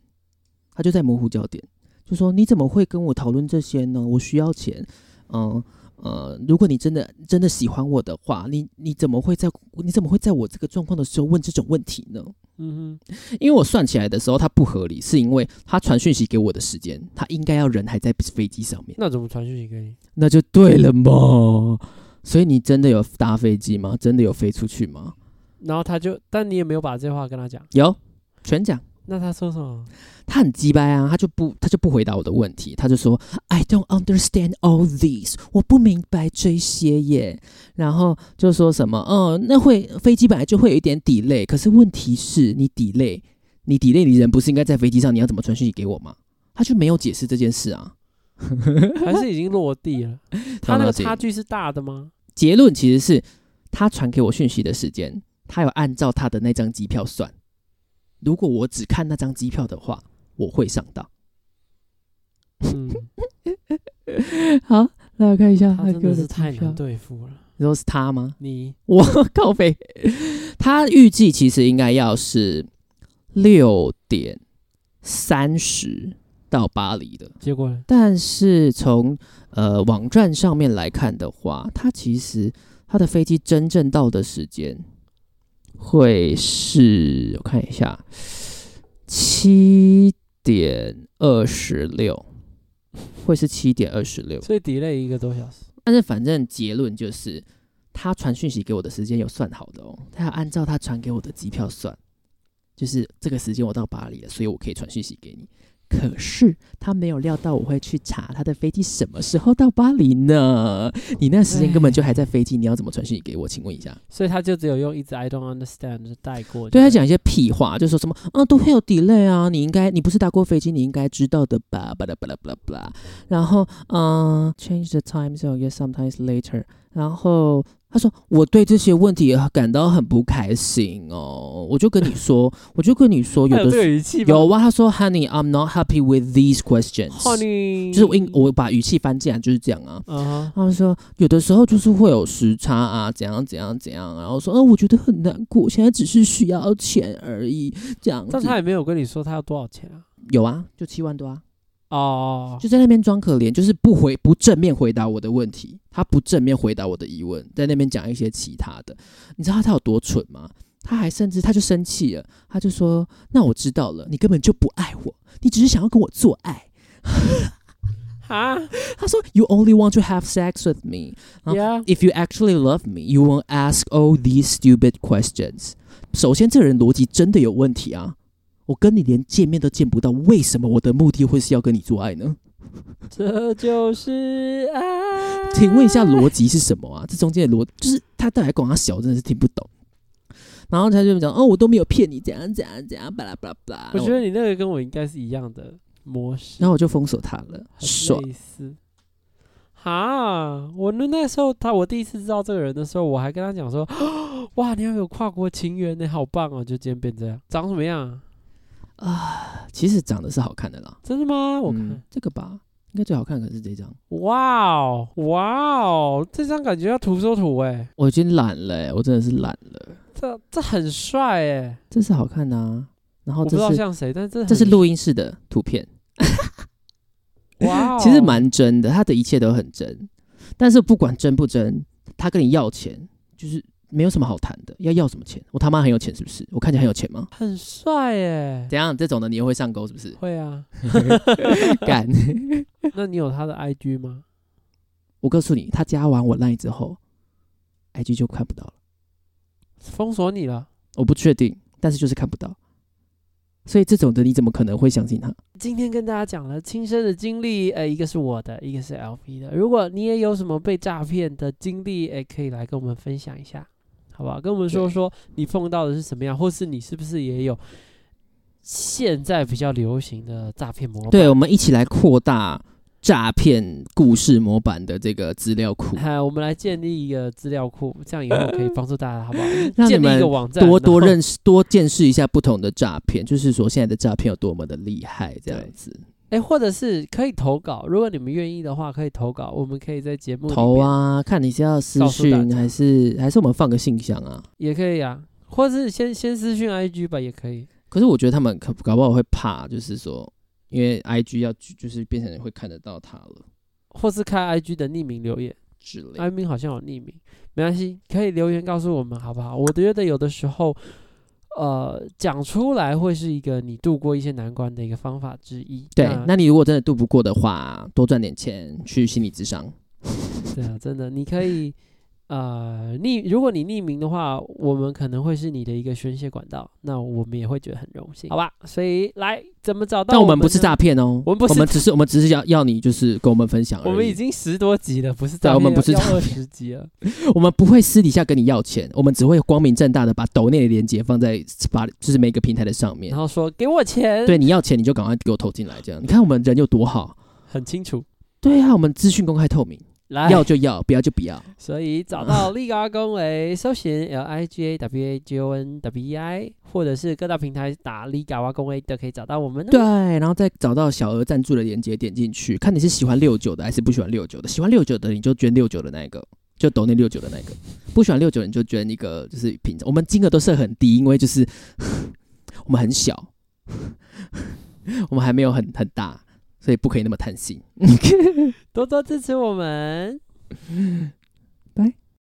Speaker 2: 他就在模糊焦点，就说你怎么会跟我讨论这些呢？我需要钱，嗯呃，如果你真的真的喜欢我的话，你你怎么会在你怎么会在我这个状况的时候问这种问题呢？
Speaker 1: 嗯哼，
Speaker 2: 因为我算起来的时候，它不合理，是因为他传讯息给我的时间，他应该要人还在飞机上面，
Speaker 1: 那怎么传讯息给你？
Speaker 2: 那就对了嘛。所以你真的有搭飞机吗？真的有飞出去吗？
Speaker 1: 然后他就，但你也没有把这话跟他讲。
Speaker 2: 有，全讲。
Speaker 1: 那他说什么？
Speaker 2: 他很鸡掰啊，他就不他就不回答我的问题，他就说 I don't understand all these，我不明白这些耶。然后就说什么，嗯，那会飞机本来就会有一点 delay，可是问题是你 delay，你 delay，你人不是应该在飞机上，你要怎么传讯息给我吗？他就没有解释这件事啊。
Speaker 1: 还是已经落地了？他那个差距是大的吗？
Speaker 2: 结论其实是他传给我讯息的时间，他有按照他的那张机票算。如果我只看那张机票的话，我会上当。
Speaker 1: 嗯，
Speaker 2: 好，来看一下
Speaker 1: 他真的是太难对付了。
Speaker 2: 你说是他吗？
Speaker 1: 你
Speaker 2: 我靠飞，他预计其实应该要是六点三十到巴黎的，
Speaker 1: 结果呢
Speaker 2: 但是从呃网站上面来看的话，他其实他的飞机真正到的时间会是，我看一下，七点二十六，会是七点二十六。
Speaker 1: 所以 delay 一个多小时。
Speaker 2: 但是反正结论就是，他传讯息给我的时间有算好的哦，他要按照他传给我的机票算，就是这个时间我到巴黎了，所以我可以传讯息给你。可是他没有料到我会去查他的飞机什么时候到巴黎呢？你那时间根本就还在飞机，你要怎么传讯息给我？请问一下。
Speaker 1: 所以他就只有用一直 I don't understand 就带过。
Speaker 2: 对他，讲一些屁话，就说什么啊都会有 delay 啊，你应该你不是搭过飞机，你应该知道的吧，巴拉巴拉巴拉巴拉。然后嗯、c h a n g e the time zone, yes, sometimes later。然后他说我对这些问题感到很不开心哦，我就跟你说，我就跟你 说，有
Speaker 1: 还有
Speaker 2: 的
Speaker 1: 这
Speaker 2: 时
Speaker 1: 个语气吗？
Speaker 2: 有啊，他说 Honey, I'm not happy with these questions。
Speaker 1: honey，
Speaker 2: 就是我应我把语气翻进来就是这样啊。
Speaker 1: 啊哈，
Speaker 2: 他们说有的时候就是会有时差啊，怎样怎样怎样，然后说，嗯、我觉得很难过，现在只是需要钱而已，这样
Speaker 1: 但
Speaker 2: 子
Speaker 1: 他。也没有跟你说他要多少钱啊。
Speaker 2: 有啊，就七万多啊，
Speaker 1: 哦，
Speaker 2: 就在那边装可怜，就是不回不正面回答我的问题，他不正面回答我的疑问，在那边讲一些其他的。你知道他有多蠢吗？他还甚至他就生气了，他就说：“那我知道了，你根本就不爱我，你只是想要跟我做爱。”
Speaker 1: 哈
Speaker 2: 他说：“You only want to have sex with me。”然后
Speaker 1: ，Yeah，
Speaker 2: If you actually love me, you won't ask all these stupid questions. 首先，这个人逻辑真的有问题啊！我跟你连见面都见不到，为什么我的目的会是要跟你做爱
Speaker 1: 嗯
Speaker 2: 呢？
Speaker 1: 这就是爱。
Speaker 2: 请问一下，逻辑是什么啊？这中间的逻就是他到底在管他小，真的是听不懂。然后他就讲：“哦，我都没有骗你，怎样怎样怎样，巴拉巴拉巴拉。”
Speaker 1: 我觉得你那个跟我应该是一样的模式，
Speaker 2: 然后我就封锁他了，爽
Speaker 1: 很！类似。哈，我那那时候他，我第一次知道这个人的时候，我还跟他讲说， 哇，你要有跨国情缘呢，好棒哦！就今天变这样，长什么样啊？
Speaker 2: 啊其实长得是好看的啦，
Speaker 1: 真的吗？我看，
Speaker 2: 嗯、这个吧，应该最好看的可能是这张。
Speaker 1: 哇哦，哇哦，这张感觉要图说图哎，
Speaker 2: 我已经懒了欸、我真的是懒了。
Speaker 1: 这这很帅哎，
Speaker 2: 这是好看的啊，然后
Speaker 1: 我不知
Speaker 2: 这
Speaker 1: 道
Speaker 2: 是
Speaker 1: 像谁，但这
Speaker 2: 这
Speaker 1: 这
Speaker 2: 是录音室的图片，
Speaker 1: 哇哦，
Speaker 2: 其实蛮真的，他的一切都很真。但是不管真不真，他跟你要钱，就是没有什么好谈的。要要什么钱？我他妈很有钱是不是？我看起来很有钱吗？
Speaker 1: 很帅哎，
Speaker 2: 怎样？这种的你又会上钩是不是
Speaker 1: ？会啊，
Speaker 2: 干！
Speaker 1: 那你有他的 IG 吗？
Speaker 2: 我告诉你，他加完我 line 之后，IG 就看不到了。
Speaker 1: 封锁你了。
Speaker 2: 我不确定，但是就是看不到。所以这种的你怎么可能会相信他？
Speaker 1: 今天跟大家讲了亲身的经历，呃，一个是我的，一个是 LP 的。如果你也有什么被诈骗的经历，哎，可以来跟我们分享一下，好不好？跟我们说
Speaker 2: 对
Speaker 1: 说你碰到的是什么样，或是你是不是也有现在比较流行的诈骗模板？
Speaker 2: 对，我们一起来扩大诈骗故事模板的这个资料库，
Speaker 1: 嗨，我们来建立一个资料库，这样以后可以帮助大家，好不好？嗯
Speaker 2: 让你
Speaker 1: 建立一
Speaker 2: 们
Speaker 1: 个网站，
Speaker 2: 多多
Speaker 1: 然后
Speaker 2: 认识、多见识一下不同的诈骗，就是说现在的诈骗有多么的厉害，这样子
Speaker 1: 哎，或者是可以投稿，如果你们愿意的话，可以投稿，我们可以在节目里
Speaker 2: 投
Speaker 1: 面，
Speaker 2: 啊，看你是要私
Speaker 1: 告诉大
Speaker 2: 讯
Speaker 1: 家
Speaker 2: 还是还是我们放个信箱啊？
Speaker 1: 也可以啊，或者是先先私讯 IG 吧，也可以。
Speaker 2: 可是我觉得他们可搞不好会怕，就是说，因为 I G 要就是变成会看得到他了
Speaker 1: 或是开 IG 的匿名留言
Speaker 2: 之类的。
Speaker 1: ，IG 好像有匿名，没关系，可以留言告诉我们好不好？我觉得有的时候，呃，讲出来会是一个你度过一些难关的一个方法之一。
Speaker 2: 对，那你如果真的渡不过的话，多赚点钱去心理咨商。
Speaker 1: 对啊，真的，你可以呃匿，如果你匿名的话，我们可能会是你的一个宣泄管道，那我们也会觉得很荣幸，好吧？所以来怎么找到？
Speaker 2: 但我
Speaker 1: 们
Speaker 2: 们不是
Speaker 1: 呢
Speaker 2: 诈，骗哦，
Speaker 1: 我们不是
Speaker 2: 只是我们只是要要你就是跟我们分享而已。
Speaker 1: 我们已经十多集了，不是诈
Speaker 2: 对
Speaker 1: 骗，
Speaker 2: 我们不是诈
Speaker 1: 二十集了。
Speaker 2: 我们不会私底下跟你要钱，我们只会光明正大的把抖内的链接放在把就是每个平台的上面
Speaker 1: 然。后说给我钱，
Speaker 2: 对，，你要钱你就赶快给我投进来，这样你看我们人有多好。
Speaker 1: 很清楚。
Speaker 2: 对啊，我们资讯公开透明，
Speaker 1: 来，
Speaker 2: 要就要，不要就不要。
Speaker 1: 所以找到力高公维，搜寻 L I G A W A G O N W E I，或者是各大平台打力高哇公维都可以找到我们哦。
Speaker 2: 对，啊然后再找到小额赞助的链接点进去，看你是喜欢六九的还是不喜欢六九的。喜欢六九的你就捐六九的那一个，就抖那六九的那一个；不喜欢六九的你就捐一个，就是平常我们金额都设很低，因为就是 我们很小， 我们还没有很很大，所以不可以那么贪心。
Speaker 1: 多多支持我们。